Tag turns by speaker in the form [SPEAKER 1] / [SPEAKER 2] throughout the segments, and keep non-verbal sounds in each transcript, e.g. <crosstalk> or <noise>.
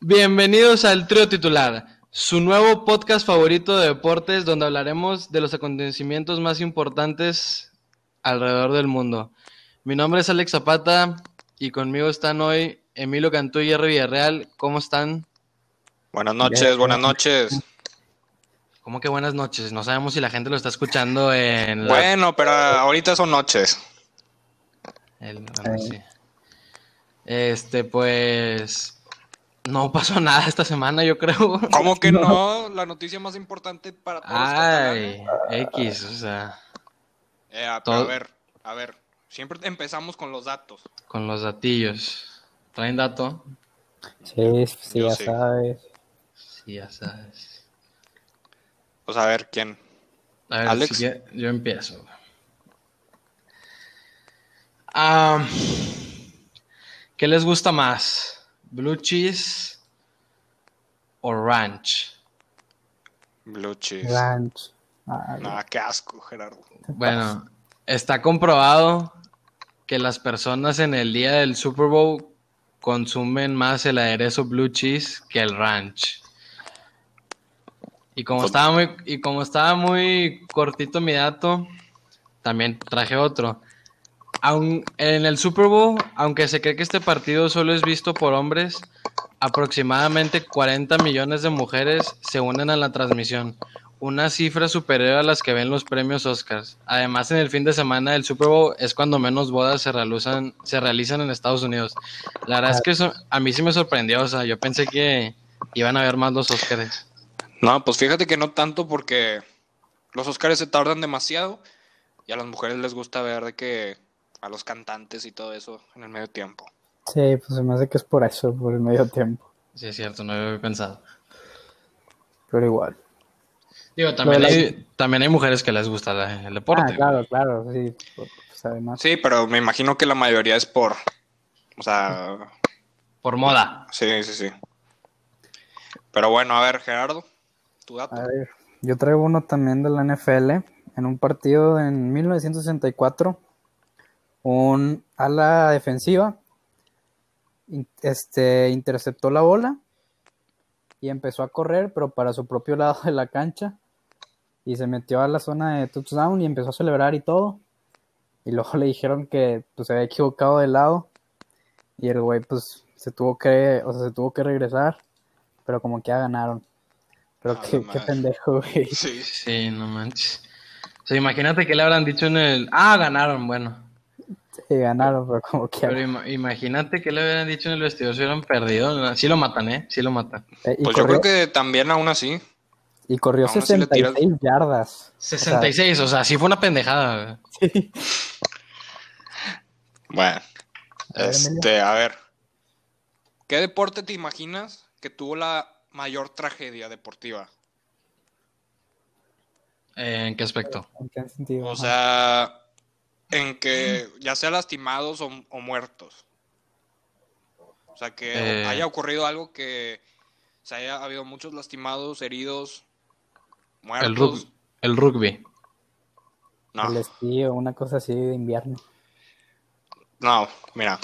[SPEAKER 1] Bienvenidos al Trío Titular, su nuevo podcast favorito de deportes donde hablaremos de los acontecimientos más importantes alrededor del mundo. Mi nombre es Alex Zapata y conmigo están hoy Emilio Cantú y Jerry Villarreal. ¿Cómo están?
[SPEAKER 2] Buenas noches, buenas noches.
[SPEAKER 1] ¿Cómo que buenas noches? No sabemos si la gente lo está escuchando en la...
[SPEAKER 2] Bueno, pero ahorita son noches.
[SPEAKER 1] el- bueno, sí. Este, pues... No pasó nada esta semana, yo creo.
[SPEAKER 2] ¿Cómo que no? La noticia más importante para todos. los catalanes.
[SPEAKER 1] Ay, X, o sea,
[SPEAKER 2] Eh, ah, pero
[SPEAKER 1] todo-
[SPEAKER 2] A ver, a ver. Siempre empezamos con los datos.
[SPEAKER 1] con los datillos. ¿Traen dato?
[SPEAKER 3] Sí, sí,
[SPEAKER 2] Yo
[SPEAKER 3] ya
[SPEAKER 2] sí.
[SPEAKER 3] sabes.
[SPEAKER 1] Sí, ya sabes.
[SPEAKER 2] Pues a ver, ¿quién?
[SPEAKER 1] A ver,
[SPEAKER 2] Alex.
[SPEAKER 1] si quie- yo empiezo. Ah, ¿Qué les gusta más? ¿Blue cheese o ranch?
[SPEAKER 2] Blue Cheese.
[SPEAKER 3] Ranch. Ah,
[SPEAKER 2] Nah, qué asco, Gerardo.
[SPEAKER 1] Bueno, está comprobado que las personas en el día del Super Bowl consumen más el aderezo blue cheese que el ranch. Y como estaba muy, y como estaba muy cortito mi dato, también traje otro. Aun- en el Super Bowl, aunque se cree que este partido solo es visto por hombres, aproximadamente 40 millones de mujeres se unen a la transmisión, una cifra superior a las que ven los premios Oscars. Además, en el fin de semana del Super Bowl es cuando menos bodas se realizan, se realizan en Estados Unidos. La verdad es que eso- a mí sí me sorprendió, o sea, yo pensé que iban a ver más los Oscars.
[SPEAKER 2] No, pues fíjate que no tanto porque los Oscars se tardan demasiado y a las mujeres les gusta ver de que a los cantantes y todo eso en el medio tiempo.
[SPEAKER 3] Sí, pues se me hace que es por eso, por el medio tiempo.
[SPEAKER 1] Sí, es cierto, no había pensado.
[SPEAKER 3] Pero igual.
[SPEAKER 1] Digo, también
[SPEAKER 3] la-
[SPEAKER 1] hay, también hay mujeres que les gusta la- el deporte.
[SPEAKER 3] Ah, claro, claro, sí. por- Pues además.
[SPEAKER 2] Sí, pero me imagino que la mayoría es por... O sea,
[SPEAKER 1] Por moda.
[SPEAKER 2] Sí, sí, sí. Pero bueno, a ver, Gerardo, tu dato.
[SPEAKER 3] A ver, yo traigo uno también de la NFL. En un partido en 1964, un ala defensiva in- este, interceptó la bola y empezó a correr, pero para su propio lado de la cancha. Y se metió a la zona de touchdown y empezó a celebrar y todo. Y luego <laughs> le dijeron que pues, se había equivocado de lado. Y el güey, pues, se tuvo que, o sea, se tuvo que regresar. Pero como que ya ganaron. Pero
[SPEAKER 2] A
[SPEAKER 3] qué,
[SPEAKER 2] la
[SPEAKER 3] qué
[SPEAKER 2] madre.
[SPEAKER 3] pendejo, <laughs> güey.
[SPEAKER 2] Sí.
[SPEAKER 1] Sí, no manches. O sea, imagínate que le habrán dicho en el. Ah, ganaron, bueno.
[SPEAKER 3] Sí, ganaron, pero como que.
[SPEAKER 1] Pero ima- imagínate que le hubieran dicho en el vestidor si hubieran perdido. No, Sí lo matan, ¿eh? Sí lo matan.
[SPEAKER 3] Eh, y,
[SPEAKER 2] Pues yo
[SPEAKER 3] corrió,
[SPEAKER 2] creo que también aún así.
[SPEAKER 3] y corrió
[SPEAKER 2] aún así le tiras-
[SPEAKER 3] 66 yardas.
[SPEAKER 1] 66, o sea, sí fue una pendejada. güey.
[SPEAKER 2] Bueno,
[SPEAKER 3] A ver,
[SPEAKER 2] este, a ver. ¿Qué deporte te imaginas que tuvo la mayor tragedia deportiva?
[SPEAKER 1] Eh, ¿En qué aspecto?
[SPEAKER 3] ¿En qué sentido?
[SPEAKER 2] O
[SPEAKER 3] Ajá.
[SPEAKER 2] sea, en que ya sea lastimados o, o muertos. O sea, que
[SPEAKER 1] Eh.
[SPEAKER 2] haya ocurrido algo que se haya habido muchos lastimados, heridos,
[SPEAKER 1] El,
[SPEAKER 2] muertos.
[SPEAKER 1] rug- el rugby.
[SPEAKER 2] No.
[SPEAKER 3] El esquí o una cosa así de invierno.
[SPEAKER 2] No, mira.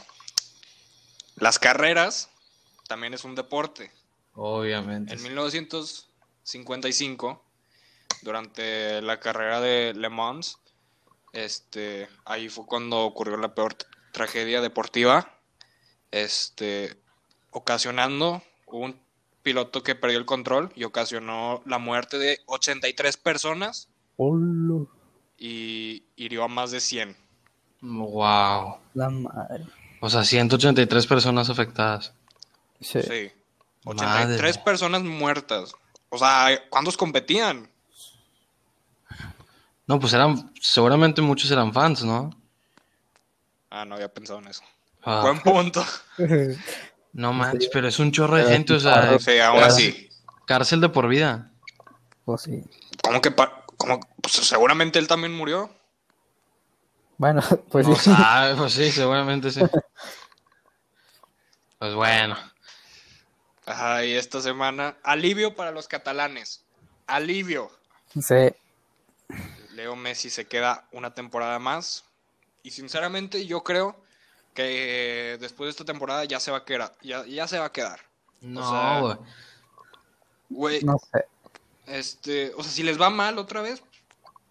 [SPEAKER 2] Las carreras también es un deporte.
[SPEAKER 1] Obviamente.
[SPEAKER 2] En 1955, durante la carrera de Le Mans, este, ahí fue cuando ocurrió la peor t- tragedia deportiva, este, ocasionando un piloto que perdió el control y ocasionó la muerte de 83 personas
[SPEAKER 3] ¡Hola!
[SPEAKER 2] y hirió a más de 100.
[SPEAKER 1] Wow.
[SPEAKER 3] La madre.
[SPEAKER 1] O sea, 183 personas afectadas.
[SPEAKER 3] Sí.
[SPEAKER 2] Sí.
[SPEAKER 1] Madre.
[SPEAKER 2] 83 personas muertas. O sea, ¿cuántos competían?
[SPEAKER 1] No, pues eran. Seguramente muchos eran fans, ¿no?
[SPEAKER 2] Ah, no había pensado en eso.
[SPEAKER 1] Ah,
[SPEAKER 2] Buen punto.
[SPEAKER 1] no manches, pero es un chorro de gente, o sea,
[SPEAKER 3] Pero-
[SPEAKER 2] Sí, aún así.
[SPEAKER 1] cárcel de por vida.
[SPEAKER 3] <laughs> Pues sí.
[SPEAKER 2] Como que pa- como- pues, seguramente él también murió.
[SPEAKER 3] Bueno, <laughs> pues
[SPEAKER 1] No
[SPEAKER 3] sí.
[SPEAKER 1] sabe, pues sí, seguramente sí. Pues
[SPEAKER 2] <laughs>
[SPEAKER 1] bueno,
[SPEAKER 2] Ajá, y esta semana. Alivio para los catalanes. Alivio.
[SPEAKER 3] Sí.
[SPEAKER 2] Leo Messi se queda una temporada más. Y sinceramente, yo creo que después de esta temporada ya se va a quedar. Ya, ya se va a quedar.
[SPEAKER 1] No, güey.
[SPEAKER 2] Güey,
[SPEAKER 4] No sé.
[SPEAKER 2] este, o sea, si les va mal otra vez,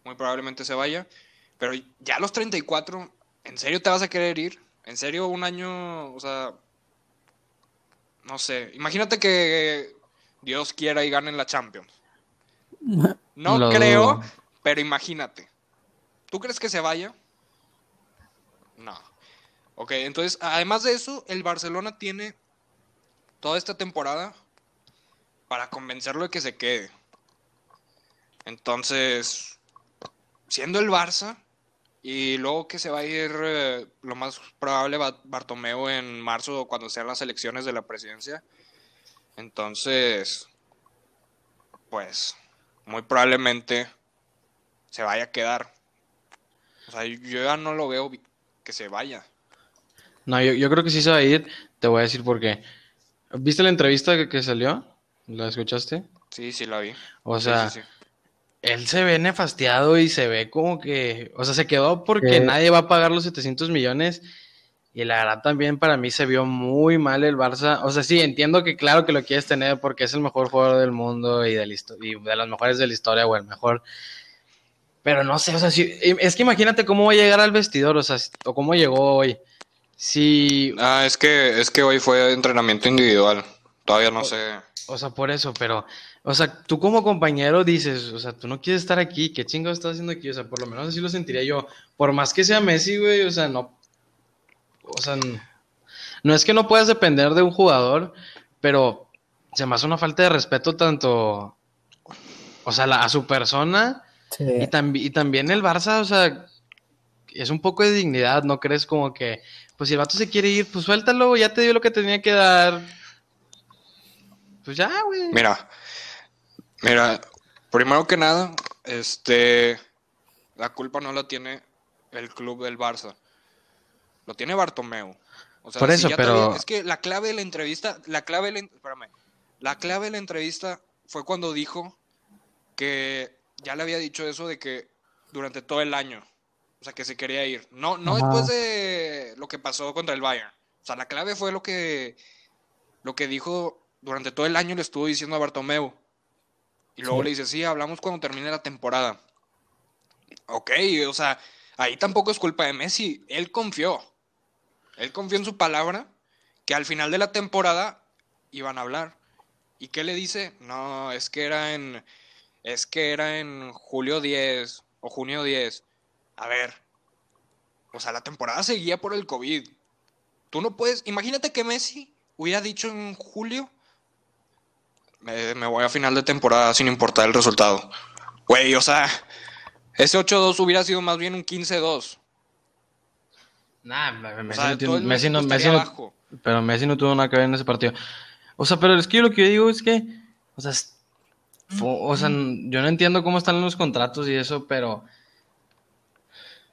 [SPEAKER 2] muy probablemente se vaya. Pero ya a los 34, ¿en serio te vas a querer ir? ¿En serio un año, o sea, no sé, imagínate que Dios quiera y ganen
[SPEAKER 1] <laughs>
[SPEAKER 2] la Champions. No
[SPEAKER 1] Lo
[SPEAKER 2] creo,
[SPEAKER 1] dudo.
[SPEAKER 2] pero imagínate. ¿Tú crees que se vaya? No. Ok, entonces, además de eso, el Barcelona tiene toda esta temporada para convencerlo de que se quede. Entonces, siendo el Barça, y luego que se va a ir, eh, lo más probable, Ba- Bartomeu en marzo, cuando sean las elecciones de la presidencia. Entonces, pues, muy probablemente se vaya a quedar. O sea, yo yo ya no lo veo vi- que se vaya.
[SPEAKER 1] No, yo, yo creo que sí se va a ir. Te voy a decir por qué. ¿Viste la entrevista que, que salió? ¿La escuchaste?
[SPEAKER 2] Sí, sí, la vi.
[SPEAKER 1] O
[SPEAKER 2] Sí,
[SPEAKER 1] sea,
[SPEAKER 2] sí, sí.
[SPEAKER 1] él se ve nefastiado y se ve como que, o sea, se quedó porque
[SPEAKER 4] Eh.
[SPEAKER 1] nadie va a pagar los 700 millones. Y la verdad también para mí se vio muy mal el Barça. O sea, sí, entiendo que claro que lo quieres tener porque es el mejor jugador del mundo y de, la histo- y de los mejores de la historia o el mejor. Pero no sé, o sea, si- es que imagínate cómo va a llegar al vestidor, o sea, o cómo llegó hoy. Si,
[SPEAKER 2] Ah, es que, es que hoy fue entrenamiento individual. Todavía no sé.
[SPEAKER 1] O sea, por eso, pero, o sea, tú como compañero dices, o sea, tú no quieres estar aquí, ¿qué chingo estás haciendo aquí? O sea, por lo menos así lo sentiría yo. Por más que sea Messi, güey, o sea, no. O sea, n- no es que no puedas depender de un jugador, pero se me hace una falta de respeto tanto, o sea, la- a su persona
[SPEAKER 4] Sí.
[SPEAKER 1] y, tambi- y también el Barça, o sea, es un poco de dignidad, ¿no crees? Como que, pues si el vato se quiere ir, pues suéltalo, ya te dio lo que tenía que dar. Pues ya, güey.
[SPEAKER 2] Mira, mira, primero que nada, este, la culpa no la tiene el club del Barça, lo tiene Bartomeu. O sea,
[SPEAKER 1] Por
[SPEAKER 2] si
[SPEAKER 1] eso,
[SPEAKER 2] ya te
[SPEAKER 1] pero-
[SPEAKER 2] había- es que la clave de la entrevista, la clave, de la, en- espérame, la clave de la entrevista fue cuando dijo que ya le había dicho eso de que durante todo el año, o sea, que se quería ir. No, no
[SPEAKER 4] Ajá.
[SPEAKER 2] después de lo que pasó contra el Bayern. O sea, la clave fue lo que lo que dijo durante todo el año le estuvo diciendo a Bartomeu. Y luego
[SPEAKER 4] Sí.
[SPEAKER 2] le dice, sí, hablamos cuando termine la temporada. Ok, o sea, ahí tampoco es culpa de Messi. Él confió. Él confió en su palabra que al final de la temporada iban a hablar. ¿Y qué le dice? No, es que era en. Es que era en julio 10 o junio 10. A ver. O sea, la temporada seguía por el COVID. Tú no puedes. Imagínate que Messi hubiera dicho en julio. Me, me voy a final de temporada sin importar el resultado. Güey, o sea. Ese 8-2 hubiera sido más bien un 15-2.
[SPEAKER 1] Nah, me-
[SPEAKER 2] O
[SPEAKER 1] Messi,
[SPEAKER 2] sea,
[SPEAKER 1] no tiene-
[SPEAKER 2] todo el
[SPEAKER 1] Messi no-
[SPEAKER 2] México
[SPEAKER 1] Messi
[SPEAKER 2] estaría
[SPEAKER 1] no-
[SPEAKER 2] abajo.
[SPEAKER 1] pero Messi no tuvo nada que ver en ese partido. O sea, pero es que yo lo que yo digo es que, o sea, es- fo- o sea, n- yo no entiendo cómo están los contratos y eso, pero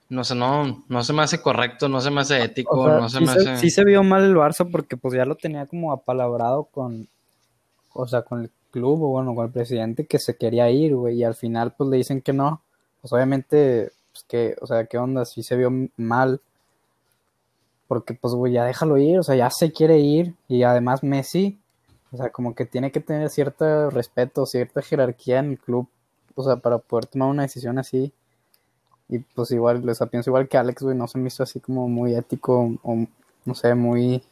[SPEAKER 1] no sé, no, no se me hace correcto, no se me hace ético,
[SPEAKER 4] O sea,
[SPEAKER 1] no se
[SPEAKER 4] sí,
[SPEAKER 1] me
[SPEAKER 4] se,
[SPEAKER 1] hace.
[SPEAKER 4] sí se vio mal el Barça porque pues ya lo tenía como apalabrado con, o sea, con el club o bueno, con el presidente que se quería ir, güey, y al final pues le dicen que no. Pues obviamente, pues que, o sea, qué onda, sí se vio m- mal. Porque pues, güey, ya déjalo ir, o sea, ya se quiere ir y además Messi, o sea, como que tiene que tener cierto respeto, cierta jerarquía en el club, o sea, para poder tomar una decisión así. Y pues igual, o sea, pienso igual que Alex, güey, no se me hizo así como muy ético o, no sé, muy,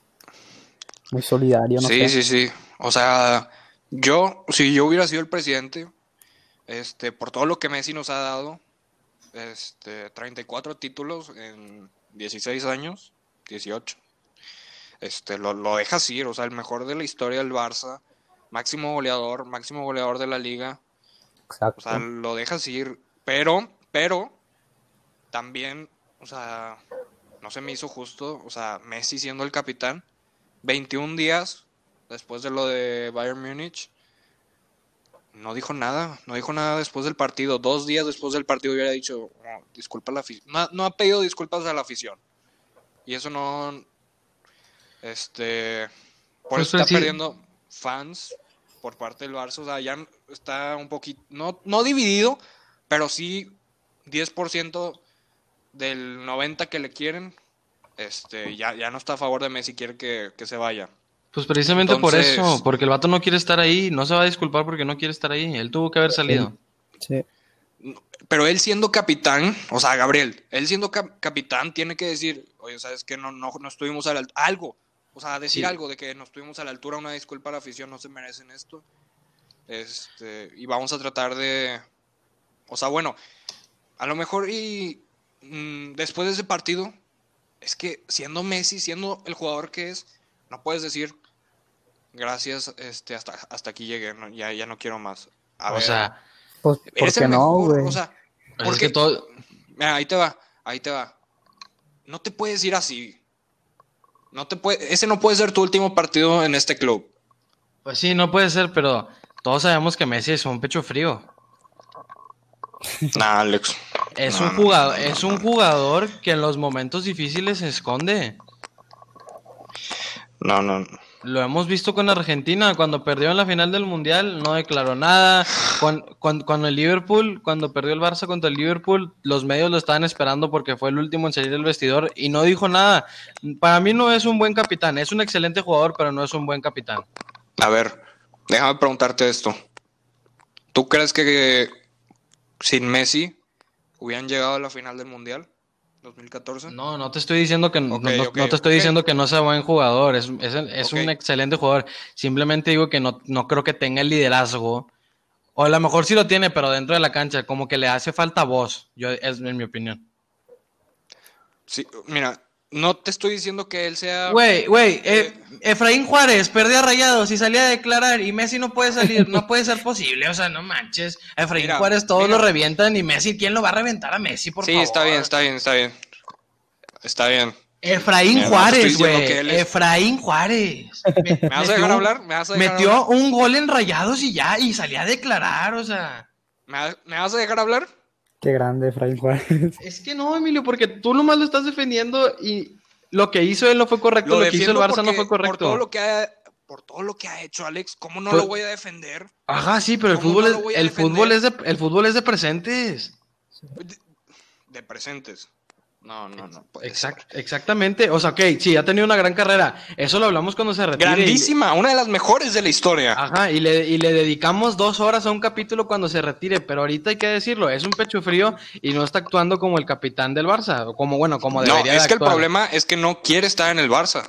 [SPEAKER 4] muy solidario, no
[SPEAKER 2] sí,
[SPEAKER 4] sé.
[SPEAKER 2] sí, sí. O sea, yo, si yo hubiera sido el presidente, este, por todo lo que Messi nos ha dado, este, 34 títulos en 16 años, 18, este, lo, lo dejas ir, o sea, el mejor de la historia del Barça, máximo goleador, máximo goleador de la liga, o
[SPEAKER 4] Exacto.
[SPEAKER 2] sea, lo dejas ir, pero, pero, también, o sea, no se me hizo justo, o sea, Messi siendo el capitán, 21 días después de lo de Bayern Múnich, no dijo nada, no dijo nada después del partido, dos días después del partido hubiera dicho, "No, disculpa a la afición, no, no ha pedido disculpas a la afición, y eso no, este, por
[SPEAKER 1] Pues,
[SPEAKER 2] eso está
[SPEAKER 1] sí.
[SPEAKER 2] perdiendo fans por parte del Barça, o sea, ya está un poquito, no, no dividido, pero sí 10% del 90 que le quieren, este, ya, ya no está a favor de Messi, quiere que, que se vaya.
[SPEAKER 1] Pues precisamente
[SPEAKER 2] Entonces-
[SPEAKER 1] por eso, porque el vato no quiere estar ahí, no se va a disculpar porque no quiere estar ahí, él tuvo que haber salido.
[SPEAKER 4] Sí.
[SPEAKER 2] Pero él siendo capitán, o sea, Gabriel, él siendo cap- capitán tiene que decir, oye, ¿sabes que No, no, no estuvimos a la altura. Algo. O sea, decir
[SPEAKER 1] Sí.
[SPEAKER 2] algo de que no estuvimos a la altura, una disculpa a la afición, no se merecen esto. Este, y vamos a tratar de. O sea, bueno, a lo mejor y mm, después de ese partido, es que siendo Messi, siendo el jugador que es, no puedes decir, gracias, este, hasta, hasta aquí llegué, no, ya, ya no quiero más. A
[SPEAKER 1] o
[SPEAKER 2] ver,
[SPEAKER 1] sea,
[SPEAKER 4] Pues, ¿por
[SPEAKER 2] eres el
[SPEAKER 4] qué no,
[SPEAKER 2] mejor,
[SPEAKER 4] güey?
[SPEAKER 2] O sea,
[SPEAKER 1] pues es
[SPEAKER 2] porque-
[SPEAKER 1] que todo,
[SPEAKER 2] Mira, ahí te va, ahí te va. No te puedes ir así. No te puede, ese no puede ser tu último partido en este club.
[SPEAKER 1] <laughs> pues sí, no puede ser, pero todos sabemos que Messi es un pecho frío.
[SPEAKER 2] Nah, Alex.
[SPEAKER 1] Es
[SPEAKER 2] No,
[SPEAKER 1] un
[SPEAKER 2] no,
[SPEAKER 1] jugador,
[SPEAKER 2] no, no,
[SPEAKER 1] es un jugador que en los momentos difíciles se esconde.
[SPEAKER 2] No, no.
[SPEAKER 1] Lo hemos visto con Argentina, cuando perdió en la final del Mundial, no declaró nada. Con, con- con el Liverpool, cuando perdió el Barça contra el Liverpool, los medios lo estaban esperando porque fue el último en salir del vestidor y no dijo nada. Para mí no es un buen capitán, es un excelente jugador, pero no es un buen capitán.
[SPEAKER 2] A ver, déjame preguntarte esto. ¿Tú crees que sin Messi hubieran llegado a la final del Mundial 2014?
[SPEAKER 1] No, no te estoy diciendo que no,
[SPEAKER 2] Ok,
[SPEAKER 1] no- no
[SPEAKER 2] ok,
[SPEAKER 1] te estoy
[SPEAKER 2] ok.
[SPEAKER 1] diciendo que no sea buen jugador, es, es, es un
[SPEAKER 2] Ok.
[SPEAKER 1] excelente jugador. Simplemente digo que no, no creo que tenga el liderazgo. O a lo mejor sí lo tiene, pero dentro de la cancha, como que le hace falta voz, yo, es en mi opinión.
[SPEAKER 2] Sí, mira, no te estoy diciendo que él sea.
[SPEAKER 1] Güey, güey,
[SPEAKER 2] eh,
[SPEAKER 1] Efraín Juárez perdía rayados y salía a declarar y Messi no puede
[SPEAKER 2] <laughs>
[SPEAKER 1] salir, no puede ser posible, o sea, no manches. Efraín
[SPEAKER 2] Mira,
[SPEAKER 1] Juárez todos
[SPEAKER 2] mira.
[SPEAKER 1] lo revientan y Messi, ¿quién lo va a reventar a Messi, por
[SPEAKER 2] sí,
[SPEAKER 1] favor?
[SPEAKER 2] está bien, está bien, está bien. Está bien.
[SPEAKER 1] Efraín
[SPEAKER 2] Mira, no te estoy
[SPEAKER 1] Juárez,
[SPEAKER 2] diciendo
[SPEAKER 1] güey.
[SPEAKER 2] que él es-
[SPEAKER 1] Efraín Juárez. Me-
[SPEAKER 2] <laughs> ¿Me vas a
[SPEAKER 1] metió
[SPEAKER 2] dejar
[SPEAKER 1] un-
[SPEAKER 2] hablar? ¿Me vas a dejar
[SPEAKER 1] Metió
[SPEAKER 2] hablar?
[SPEAKER 1] un gol en rayados y ya, y salía a declarar, o sea.
[SPEAKER 2] ¿Me vas- ¿Me vas a dejar hablar?
[SPEAKER 4] Qué grande, Frank Juárez.
[SPEAKER 1] Es que no, Emilio, porque tú nomás lo estás defendiendo y lo que hizo él no fue correcto, lo, que hizo el
[SPEAKER 2] defiendo
[SPEAKER 1] Barça no
[SPEAKER 2] porque-
[SPEAKER 1] fue
[SPEAKER 2] Por
[SPEAKER 1] correcto.
[SPEAKER 2] todo lo que ha, por todo lo que ha hecho Alex, ¿cómo no
[SPEAKER 1] Pues-
[SPEAKER 2] lo voy a defender?
[SPEAKER 1] Ajá, sí, pero el
[SPEAKER 2] ¿Cómo
[SPEAKER 1] fútbol,
[SPEAKER 2] no
[SPEAKER 1] es,
[SPEAKER 2] lo voy a
[SPEAKER 1] el, fútbol es
[SPEAKER 2] defender?
[SPEAKER 1] de, el fútbol es de presentes.
[SPEAKER 2] De presentes. No, no, Pues, no. puede
[SPEAKER 1] Exact- exactamente. O sea, ok, sí, ha tenido una gran carrera. Eso lo hablamos cuando se
[SPEAKER 2] ser.
[SPEAKER 1] retire. y-
[SPEAKER 2] Grandísima, una de las mejores de la historia.
[SPEAKER 1] Ajá, y le, y le dedicamos dos horas a un capítulo cuando se retire, pero ahorita hay que decirlo, es un pecho frío y no está actuando como el capitán del Barça, o como, bueno, como
[SPEAKER 2] no,
[SPEAKER 1] debería de
[SPEAKER 2] es que el
[SPEAKER 1] actuar.
[SPEAKER 2] problema es que no quiere estar en el Barça.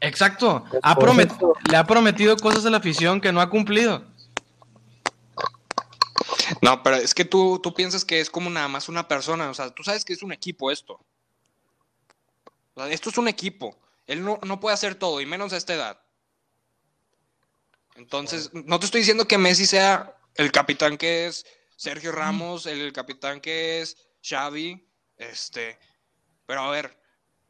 [SPEAKER 1] Exacto,
[SPEAKER 4] Pues
[SPEAKER 1] ha
[SPEAKER 4] por
[SPEAKER 1] promet-
[SPEAKER 4] eso.
[SPEAKER 1] le ha prometido cosas a la afición que no ha cumplido.
[SPEAKER 2] No, pero es que tú, tú piensas que es como nada más una persona. O sea, tú sabes que es un equipo esto. O sea, esto es un equipo. Él no, no puede hacer todo, y menos a esta edad. Entonces, no te estoy diciendo que Messi sea el capitán que es Sergio Ramos, el capitán que es Xavi. Este. Pero a ver,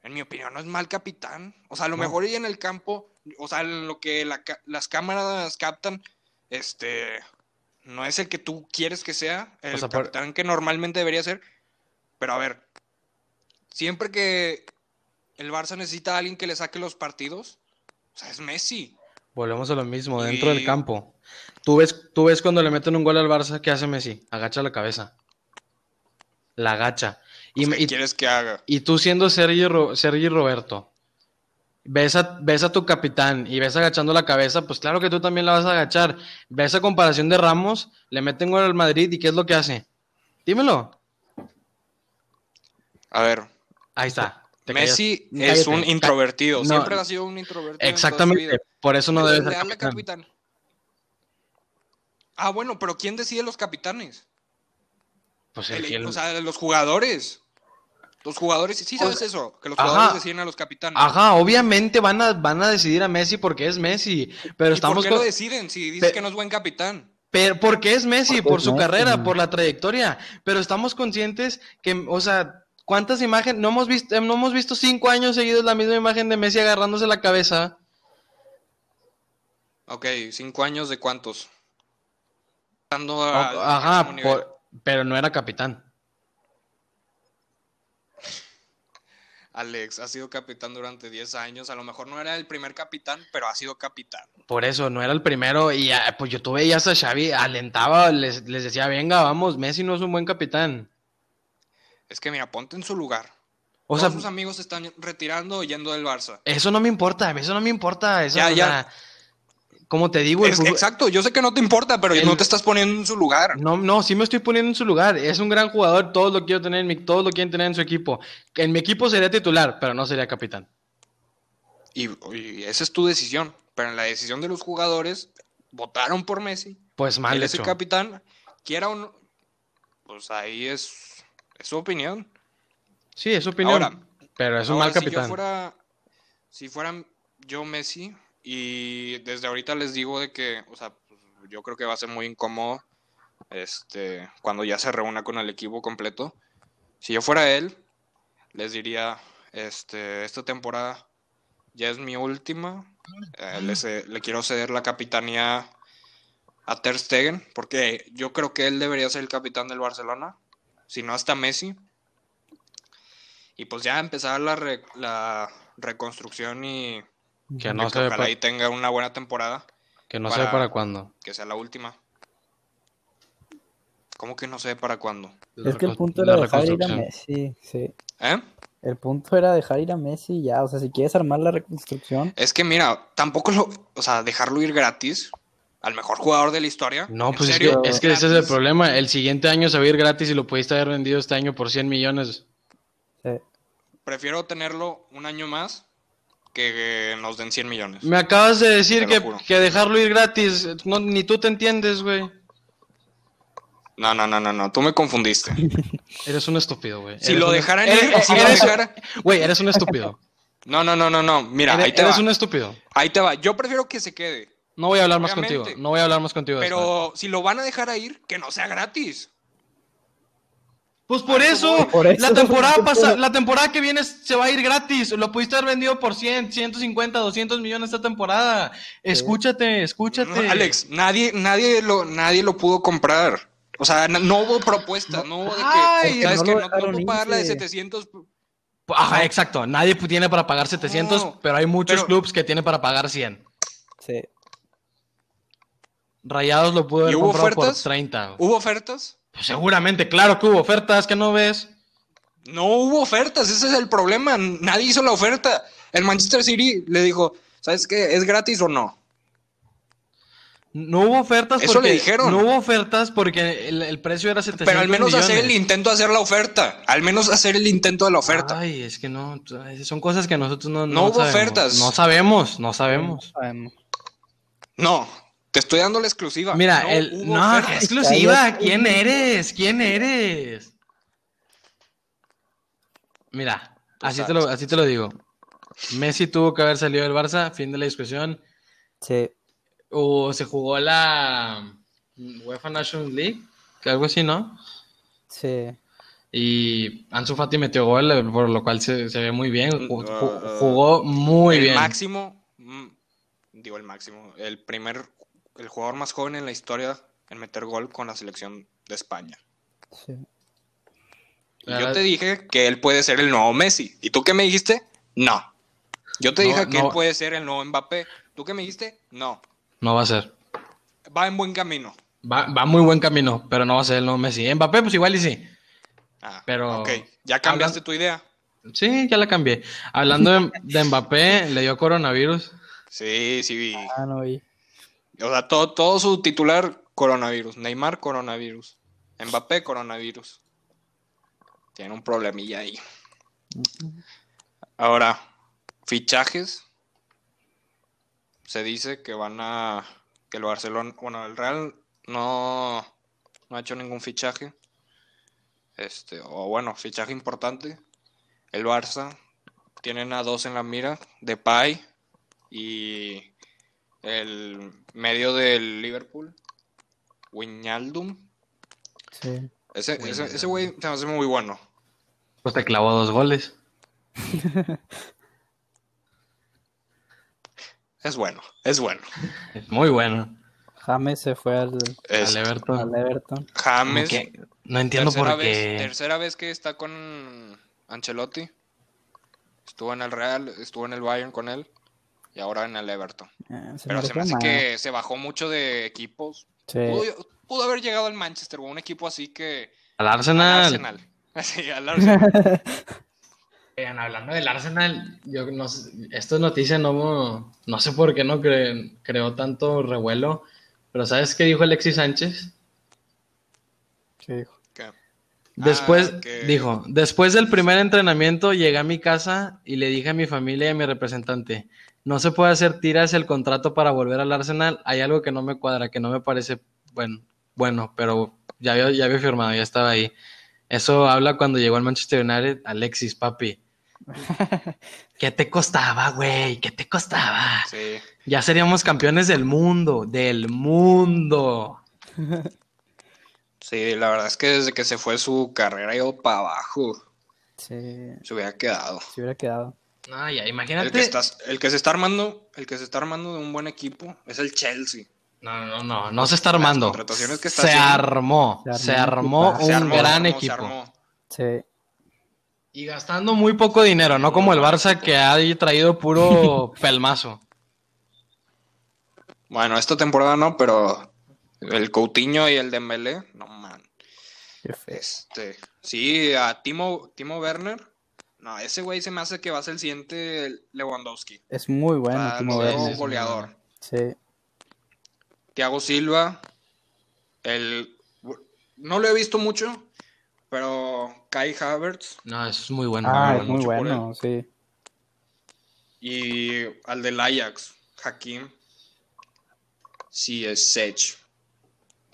[SPEAKER 2] en mi opinión, no es mal capitán. O sea, a lo
[SPEAKER 1] No.
[SPEAKER 2] mejor y en el campo, o sea, en lo que la ca- las cámaras captan, este. No es el que tú quieres que sea, el
[SPEAKER 1] sea, por-
[SPEAKER 2] capitán que normalmente debería ser. Pero a ver, siempre que el Barça necesita a alguien que le saque los partidos, o sea, es Messi.
[SPEAKER 1] Volvemos a lo mismo,
[SPEAKER 2] Y-
[SPEAKER 1] dentro del campo. Tú ves, tú ves cuando le meten un gol al Barça, ¿qué hace Messi? Agacha la cabeza. La agacha. Y,
[SPEAKER 2] Pues, ¿Qué
[SPEAKER 1] y-
[SPEAKER 2] quieres que haga?
[SPEAKER 1] Y tú siendo Sergi, Ro- Sergi Roberto, ves a, ves a tu capitán y ves agachando la cabeza, pues claro que tú también la vas a agachar. Ves a comparación de Ramos, le meten gol al Madrid y ¿qué es lo que hace? Dímelo.
[SPEAKER 2] A ver,
[SPEAKER 1] Ahí está. Te
[SPEAKER 2] Messi
[SPEAKER 1] callas.
[SPEAKER 2] es
[SPEAKER 1] Cállate.
[SPEAKER 2] un introvertido.
[SPEAKER 1] No.
[SPEAKER 2] Siempre ha sido un introvertido. en toda su vida.
[SPEAKER 1] Exactamente. Por eso no
[SPEAKER 2] Pero
[SPEAKER 1] debe
[SPEAKER 2] le
[SPEAKER 1] ser
[SPEAKER 2] habla
[SPEAKER 1] capitán.
[SPEAKER 2] capitán. Ah, bueno, pero ¿quién decide los capitanes?
[SPEAKER 1] Pues el
[SPEAKER 2] El-
[SPEAKER 1] que-
[SPEAKER 2] o sea, los jugadores. Los jugadores, sí
[SPEAKER 1] O
[SPEAKER 2] sabes
[SPEAKER 1] sea,
[SPEAKER 2] eso, que los
[SPEAKER 1] Pues, ajá.
[SPEAKER 2] jugadores deciden a los capitanes.
[SPEAKER 1] Ajá, obviamente van a, van a decidir a Messi porque es Messi. Pero
[SPEAKER 2] ¿Y por
[SPEAKER 1] estamos
[SPEAKER 2] qué
[SPEAKER 1] con-
[SPEAKER 2] lo deciden si dices
[SPEAKER 1] Pe-
[SPEAKER 2] que no es buen capitán?
[SPEAKER 1] Pero, porque es Messi,
[SPEAKER 4] Porque
[SPEAKER 1] por
[SPEAKER 4] es
[SPEAKER 1] su
[SPEAKER 4] Messi.
[SPEAKER 1] carrera, por la trayectoria. Pero estamos conscientes que, o sea, cuántas imágenes, no hemos visto, no hemos visto cinco años seguidos la misma imagen de Messi agarrándose la cabeza.
[SPEAKER 2] Ok, cinco años de cuántos. Estando
[SPEAKER 1] O-
[SPEAKER 2] a- al
[SPEAKER 1] Ajá,
[SPEAKER 2] máximo Ah, nivel.
[SPEAKER 1] por- pero no era capitán.
[SPEAKER 2] Alex ha sido capitán durante 10 años. A lo mejor no era el primer capitán, pero ha sido capitán.
[SPEAKER 1] Por eso, no era el primero. Y ah, pues yo tuve ya a Xavi, alentaba, les, les decía, venga, vamos, Messi no es un buen capitán.
[SPEAKER 2] Es que mira, ponte en su lugar. O
[SPEAKER 1] O sea,
[SPEAKER 2] sus amigos se están retirando o yendo del Barça.
[SPEAKER 1] eso no me importa, eso no me importa. Eso,
[SPEAKER 2] Ya,
[SPEAKER 1] o
[SPEAKER 2] ya.
[SPEAKER 1] sea, como te digo, el
[SPEAKER 2] Es-
[SPEAKER 1] fútbol-
[SPEAKER 2] exacto, yo sé que no te importa, pero
[SPEAKER 1] pues, El-
[SPEAKER 2] no te estás poniendo en su lugar.
[SPEAKER 1] No, no, sí me estoy poniendo en su lugar. Es un gran jugador, todos lo quiero tener, en mi- todos lo quieren tener en su equipo. En mi equipo sería titular, pero no sería capitán.
[SPEAKER 2] Y, y esa es tu decisión. Pero en la decisión de los jugadores, votaron por Messi.
[SPEAKER 1] Pues mal
[SPEAKER 2] Él es el
[SPEAKER 1] hecho.
[SPEAKER 2] capitán. Quiera o no, pues ahí es, es su opinión.
[SPEAKER 1] Sí, es su opinión.
[SPEAKER 2] Ahora-
[SPEAKER 1] pero es un
[SPEAKER 2] Ahora,
[SPEAKER 1] mal
[SPEAKER 2] Si yo
[SPEAKER 1] capitán.
[SPEAKER 2] fuera, si fuera yo Messi, y desde ahorita les digo de que, o sea, pues, yo creo que va a ser muy incómodo este, cuando ya se reúna con el equipo completo. Si yo fuera él, les diría, este, esta temporada ya es mi última. eh, le, ce- le quiero ceder la capitanía a Ter Stegen, porque yo creo que él debería ser el capitán del Barcelona, si no hasta Messi. Y pues ya empezar la, re- la reconstrucción y
[SPEAKER 1] Que
[SPEAKER 2] yo
[SPEAKER 1] no, se
[SPEAKER 2] creo
[SPEAKER 1] ve
[SPEAKER 2] que ojalá
[SPEAKER 1] para,
[SPEAKER 2] ahí tenga una buena temporada,
[SPEAKER 1] que no se
[SPEAKER 2] para-
[SPEAKER 1] ve para cuándo.
[SPEAKER 2] que sea la última. ¿Cómo que no sé para cuándo?
[SPEAKER 1] La
[SPEAKER 3] Es que el
[SPEAKER 1] recon-
[SPEAKER 3] punto
[SPEAKER 1] la
[SPEAKER 3] era dejar ir a
[SPEAKER 1] reconstrucción.
[SPEAKER 3] Messi, sí.
[SPEAKER 2] ¿Eh?
[SPEAKER 3] El punto era dejar ir a Messi y ya, o sea, si quieres armar la reconstrucción,
[SPEAKER 2] Es que mira, tampoco lo, o sea, dejarlo ir gratis al mejor jugador de la historia.
[SPEAKER 1] No,
[SPEAKER 2] ¿en
[SPEAKER 1] pues es que,
[SPEAKER 2] serio?
[SPEAKER 1] es que ese es el
[SPEAKER 2] ¿Gratis?
[SPEAKER 1] problema. El siguiente año se va a ir gratis y lo pudiste haber vendido este año por 100 millones.
[SPEAKER 3] sí.
[SPEAKER 2] Prefiero tenerlo un año más que que nos den 100 millones.
[SPEAKER 1] Me acabas de decir
[SPEAKER 2] Te
[SPEAKER 1] que,
[SPEAKER 2] lo juro.
[SPEAKER 1] que dejarlo ir gratis, no, ni tú te entiendes, güey.
[SPEAKER 2] No, no, no, no, no, tú me
[SPEAKER 1] <laughs>
[SPEAKER 2] confundiste.
[SPEAKER 1] Eres un estúpido, güey.
[SPEAKER 2] Si
[SPEAKER 1] Eres
[SPEAKER 2] lo
[SPEAKER 1] un-
[SPEAKER 2] dejaran
[SPEAKER 1] eres-
[SPEAKER 2] ir, si lo
[SPEAKER 1] eres-
[SPEAKER 2] dejara-
[SPEAKER 1] Güey, eres un estúpido.
[SPEAKER 2] No, no, no, no, no, mira,
[SPEAKER 1] Eres,
[SPEAKER 2] ahí te
[SPEAKER 1] eres
[SPEAKER 2] va.
[SPEAKER 1] un estúpido.
[SPEAKER 2] Ahí te va. Yo prefiero que se quede,
[SPEAKER 1] No voy a hablar más
[SPEAKER 2] Obviamente.
[SPEAKER 1] contigo. No voy a hablar más contigo. de esto.
[SPEAKER 2] pero si lo van a dejar a ir, que no sea gratis.
[SPEAKER 1] Pues por eso,
[SPEAKER 3] Por eso.
[SPEAKER 1] la temporada pasa, la temporada que viene se va a ir gratis. Lo pudiste haber vendido por 100, 150, 200 millones esta temporada. Escúchate, escúchate.
[SPEAKER 2] No, Alex, nadie, nadie lo, nadie lo pudo comprar. O sea, na- no hubo propuestas, no, hubo de que,
[SPEAKER 1] Ay,
[SPEAKER 2] ¿sabes
[SPEAKER 3] no
[SPEAKER 2] qué?
[SPEAKER 3] lo
[SPEAKER 2] No, no
[SPEAKER 3] dejaron
[SPEAKER 2] puedo pagar la de
[SPEAKER 3] irse.
[SPEAKER 2] 700.
[SPEAKER 1] Ajá, exacto. Nadie pu- tiene para pagar 700,
[SPEAKER 2] No,
[SPEAKER 1] pero hay muchos
[SPEAKER 2] pero-
[SPEAKER 1] clubes que tienen para pagar 100.
[SPEAKER 3] sí.
[SPEAKER 1] Rayados lo pudo haber
[SPEAKER 2] ¿Y hubo
[SPEAKER 1] comprado por
[SPEAKER 2] ofertas?
[SPEAKER 1] 30. güey.
[SPEAKER 2] ¿Hubo ofertas?
[SPEAKER 1] Pues seguramente, claro que hubo ofertas que no ves.
[SPEAKER 2] No hubo ofertas, ese es el problema. Nadie hizo la oferta. El Manchester City le dijo, ¿sabes qué? ¿Es gratis o no?
[SPEAKER 1] No hubo ofertas
[SPEAKER 2] Eso
[SPEAKER 1] porque
[SPEAKER 2] le dijeron.
[SPEAKER 1] no hubo ofertas porque el, el precio era 700
[SPEAKER 2] Pero al menos hacer el
[SPEAKER 1] millones.
[SPEAKER 2] intento de hacer la oferta. Al menos hacer el intento de la oferta.
[SPEAKER 1] Ay, es que no, t- son cosas que nosotros no,
[SPEAKER 2] No hubo
[SPEAKER 1] sabemos.
[SPEAKER 2] ofertas.
[SPEAKER 1] No sabemos, no sabemos.
[SPEAKER 3] Sabemos.
[SPEAKER 2] No, te estoy dando la exclusiva.
[SPEAKER 1] Mira,
[SPEAKER 2] no
[SPEAKER 1] el,
[SPEAKER 2] hubo
[SPEAKER 1] no,
[SPEAKER 2] ofertas.
[SPEAKER 1] exclusiva,
[SPEAKER 3] Cállate.
[SPEAKER 1] ¿quién eres? ¿Quién eres? Mira,
[SPEAKER 2] Tú
[SPEAKER 1] así te,
[SPEAKER 2] sabes.
[SPEAKER 1] lo, así te lo digo. Messi tuvo que haber salido del Barça, fin de la discusión.
[SPEAKER 3] Sí.
[SPEAKER 1] O se jugó la mm, UEFA Nations League, que algo así, ¿no?
[SPEAKER 3] Sí.
[SPEAKER 1] Y Ansu Fati metió gol, por lo cual se, se ve muy bien. Ju- ju-
[SPEAKER 2] Ah.
[SPEAKER 1] Jugó muy
[SPEAKER 2] el
[SPEAKER 1] bien.
[SPEAKER 2] máximo, mm, digo el máximo, el primer, el jugador más joven en la historia en meter gol con la selección de España.
[SPEAKER 3] sí.
[SPEAKER 2] Y
[SPEAKER 1] La
[SPEAKER 2] yo
[SPEAKER 1] verdad-
[SPEAKER 2] te dije que él puede ser el nuevo Messi. ¿Y tú qué me dijiste? No. Yo te
[SPEAKER 1] No,
[SPEAKER 2] dije que
[SPEAKER 1] no.
[SPEAKER 2] él puede ser el nuevo Mbappé. ¿Tú qué me dijiste? No.
[SPEAKER 1] No va a ser.
[SPEAKER 2] Va en buen camino.
[SPEAKER 1] Va, va muy buen camino, pero no va a ser el nuevo Messi. Mbappé, pues igual y sí.
[SPEAKER 2] Ah,
[SPEAKER 1] Pero-
[SPEAKER 2] ok, ya cambiaste
[SPEAKER 1] Hablan-
[SPEAKER 2] tu idea.
[SPEAKER 1] Sí, ya la cambié. Hablando de, de Mbappé, le dio coronavirus.
[SPEAKER 2] Sí, sí.
[SPEAKER 3] Ah, no vi.
[SPEAKER 2] O sea, todo, todo su titular, coronavirus. Neymar, coronavirus. Mbappé, coronavirus. Tiene un problemilla ahí. Ahora, fichajes. Se dice que van a. Que el Barcelona. Bueno, el Real no. No ha hecho ningún fichaje. Este. O bueno, fichaje importante. El Barça. Tienen a dos en la mira. Depay. Y. El medio del Liverpool. Wijnaldum.
[SPEAKER 3] Sí.
[SPEAKER 2] Ese ese- ese güey se me hace muy bueno.
[SPEAKER 1] Pues te clavó dos goles.
[SPEAKER 2] Es bueno. Es bueno.
[SPEAKER 1] Muy bueno.
[SPEAKER 3] James se fue al,
[SPEAKER 2] Es-
[SPEAKER 1] Al Everton.
[SPEAKER 3] al Everton.
[SPEAKER 1] Como
[SPEAKER 2] James.
[SPEAKER 1] que No entiendo
[SPEAKER 2] tercera
[SPEAKER 1] por qué.
[SPEAKER 2] Vez, tercera vez que está con Ancelotti. Estuvo en el Real, estuvo en el Bayern con él y ahora en el Everton.
[SPEAKER 3] Ah, se
[SPEAKER 2] Pero se me
[SPEAKER 3] fue
[SPEAKER 2] hace
[SPEAKER 3] mal.
[SPEAKER 2] que se bajó mucho de equipos.
[SPEAKER 1] Eh.
[SPEAKER 3] Sí.
[SPEAKER 2] Pudo, pudo haber llegado al Manchester o un equipo así que
[SPEAKER 1] Al
[SPEAKER 2] al
[SPEAKER 1] Arsenal.
[SPEAKER 2] <laughs> Arsenal. Sí, al Arsenal.
[SPEAKER 1] Oigan, hablando del Arsenal, yo no sé, esta noticia no, no sé por qué no cre- creó tanto revuelo, pero ¿sabes qué dijo Alexis Sánchez?
[SPEAKER 4] Sí, hijo.
[SPEAKER 2] ¿Qué?
[SPEAKER 1] Después,
[SPEAKER 2] Ah, que-
[SPEAKER 1] dijo, después del primer entrenamiento llegué a mi casa y le dije a mi familia y a mi representante, no se puede hacer tiras el contrato para volver al Arsenal, hay algo que no me cuadra, que no me parece bueno, bueno, pero ya había, ya había firmado, ya estaba ahí. Eso habla cuando llegó al Manchester United, Alexis, papi. ¿Qué te costaba, güey? ¿Qué te costaba?
[SPEAKER 2] Sí.
[SPEAKER 1] Ya seríamos campeones del mundo, del mundo.
[SPEAKER 2] Sí, la verdad es que desde que se fue su carrera ha ido para abajo.
[SPEAKER 3] Sí,
[SPEAKER 2] Se hubiera quedado.
[SPEAKER 3] se hubiera quedado.
[SPEAKER 1] No, ya, imagínate.
[SPEAKER 2] El que, estás- el que se está armando, el que se está armando de un buen equipo es el Chelsea.
[SPEAKER 1] No, no, no, no se está armando.
[SPEAKER 2] contrataciones que está
[SPEAKER 1] se,
[SPEAKER 2] haciendo.
[SPEAKER 1] armó, se
[SPEAKER 3] Se
[SPEAKER 1] armó,
[SPEAKER 3] armó
[SPEAKER 2] Se
[SPEAKER 1] Ah, un
[SPEAKER 2] armó, se
[SPEAKER 1] gran
[SPEAKER 2] armó, se
[SPEAKER 1] equipo.
[SPEAKER 2] armó.
[SPEAKER 3] Sí.
[SPEAKER 1] Y gastando muy poco dinero, no como el Barça que ha traído
[SPEAKER 3] <laughs>
[SPEAKER 1] puro pelmazo.
[SPEAKER 2] Bueno, esta temporada no, pero el Coutinho y el Dembélé, no man.
[SPEAKER 3] Qué feo.
[SPEAKER 2] Este, sí, a Timo, Timo Werner. No, ese güey se me hace que va a ser el siguiente Lewandowski.
[SPEAKER 3] Es muy bueno,
[SPEAKER 2] Ah,
[SPEAKER 3] Timo
[SPEAKER 2] no,
[SPEAKER 3] Werner.
[SPEAKER 1] sí, sí, sí.
[SPEAKER 2] goleador.
[SPEAKER 3] Sí.
[SPEAKER 2] Thiago Silva, el no lo he visto mucho, pero Kai Havertz
[SPEAKER 1] No, es muy bueno.
[SPEAKER 3] Ah,
[SPEAKER 1] muy bueno.
[SPEAKER 3] es muy
[SPEAKER 2] mucho por
[SPEAKER 3] bueno, sí.
[SPEAKER 2] y al del Ajax, Hakim. Sí, es Sech.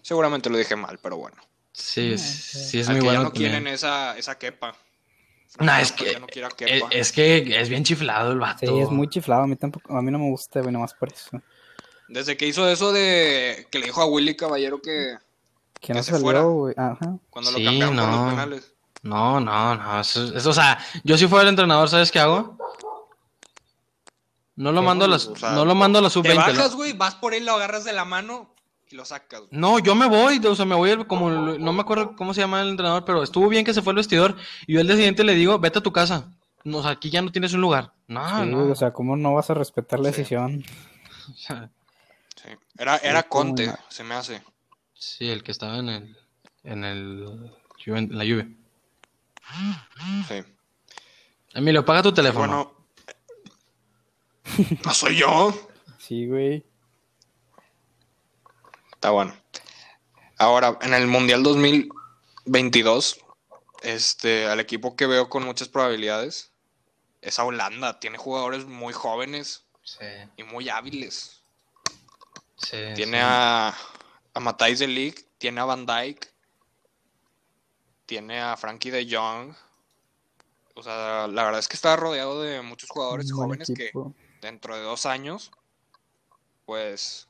[SPEAKER 2] Seguramente lo dije mal, pero bueno.
[SPEAKER 1] Sí, es- sí, es
[SPEAKER 2] al
[SPEAKER 1] muy
[SPEAKER 2] que
[SPEAKER 1] bueno.
[SPEAKER 2] ya no
[SPEAKER 1] también.
[SPEAKER 2] quieren esa, esa quepa.
[SPEAKER 1] No, es
[SPEAKER 2] Francisco
[SPEAKER 1] que-
[SPEAKER 2] ya no quiere a
[SPEAKER 1] Es,
[SPEAKER 2] Kepa.
[SPEAKER 1] Eh, es que es bien chiflado el vato.
[SPEAKER 3] Sí, es muy chiflado. A mí tampoco, a mí no me gusta, güey, nomás por eso.
[SPEAKER 2] Desde que hizo eso de que le dijo a Willy Caballero que
[SPEAKER 3] Que
[SPEAKER 2] Que
[SPEAKER 3] no
[SPEAKER 2] se
[SPEAKER 3] salió,
[SPEAKER 2] fuera.
[SPEAKER 3] güey. Ajá.
[SPEAKER 2] cuando
[SPEAKER 1] Sí,
[SPEAKER 2] lo cambiaron por
[SPEAKER 1] no.
[SPEAKER 2] los penales.
[SPEAKER 1] No, no, no. Eso, eso, o sea, yo si fuera el entrenador, ¿sabes qué hago? No lo
[SPEAKER 2] Sí,
[SPEAKER 1] mando a las,
[SPEAKER 2] o sea,
[SPEAKER 1] no lo mando a la
[SPEAKER 2] Te
[SPEAKER 1] sub-20. lo-
[SPEAKER 2] bajas, güey, vas por él, lo agarras de la mano y lo sacas. güey.
[SPEAKER 1] No, yo me voy, o sea, me voy el- como el- no me acuerdo cómo se llama el entrenador, pero estuvo bien que se fue al vestidor y yo al día siguiente le digo, vete a tu casa. No, o sea, aquí ya no tienes un lugar. No,
[SPEAKER 3] Sí,
[SPEAKER 1] no.
[SPEAKER 3] güey, o sea, ¿cómo no vas a respetar la
[SPEAKER 2] Ah, Sí.
[SPEAKER 3] decisión?
[SPEAKER 2] Sí. Era, era
[SPEAKER 3] estuvo muy
[SPEAKER 2] Conte,
[SPEAKER 3] mal.
[SPEAKER 2] se me hace.
[SPEAKER 1] <laughs> Sí, el que estaba en el en el Juve- en la Juve.
[SPEAKER 2] Sí.
[SPEAKER 1] Emilio, apaga tu teléfono.
[SPEAKER 2] Bueno. No soy yo.
[SPEAKER 3] Sí, güey.
[SPEAKER 2] Está bueno. Ahora, en el Mundial 2022, este, al equipo que veo con muchas probabilidades es a Holanda. Tiene jugadores muy jóvenes
[SPEAKER 1] sí,
[SPEAKER 2] y muy hábiles.
[SPEAKER 1] sí,
[SPEAKER 2] Tiene
[SPEAKER 1] sí.
[SPEAKER 2] a, a Matthijs de Ligt, tiene a Van Dijk, tiene a Frankie de Jong. O sea, la verdad es que está rodeado de muchos jugadores
[SPEAKER 3] Un buen
[SPEAKER 2] jóvenes
[SPEAKER 3] equipo.
[SPEAKER 2] que dentro de dos años, pues,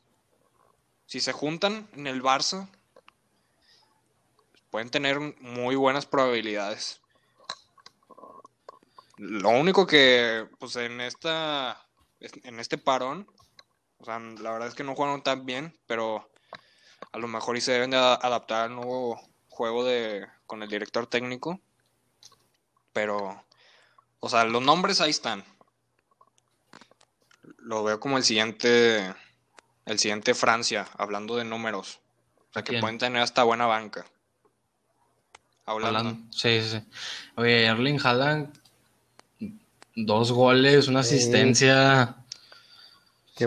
[SPEAKER 2] si se juntan en el Barça, pueden tener muy buenas probabilidades. Lo único que, pues, en esta, en este parón, o sea, la verdad es que no jugaron tan bien, pero a lo mejor y se deben de a- adaptar al nuevo juego de con el director técnico. Pero, o sea, los nombres ahí están. Lo veo como el siguiente, el siguiente Francia, hablando de números. O sea, que
[SPEAKER 1] ¿Quién?
[SPEAKER 2] pueden tener hasta buena banca. Hablando.
[SPEAKER 1] Haaland. Sí, sí, sí. Oye, Erling Haaland dos goles, una
[SPEAKER 3] Sí.
[SPEAKER 1] asistencia.
[SPEAKER 3] Qué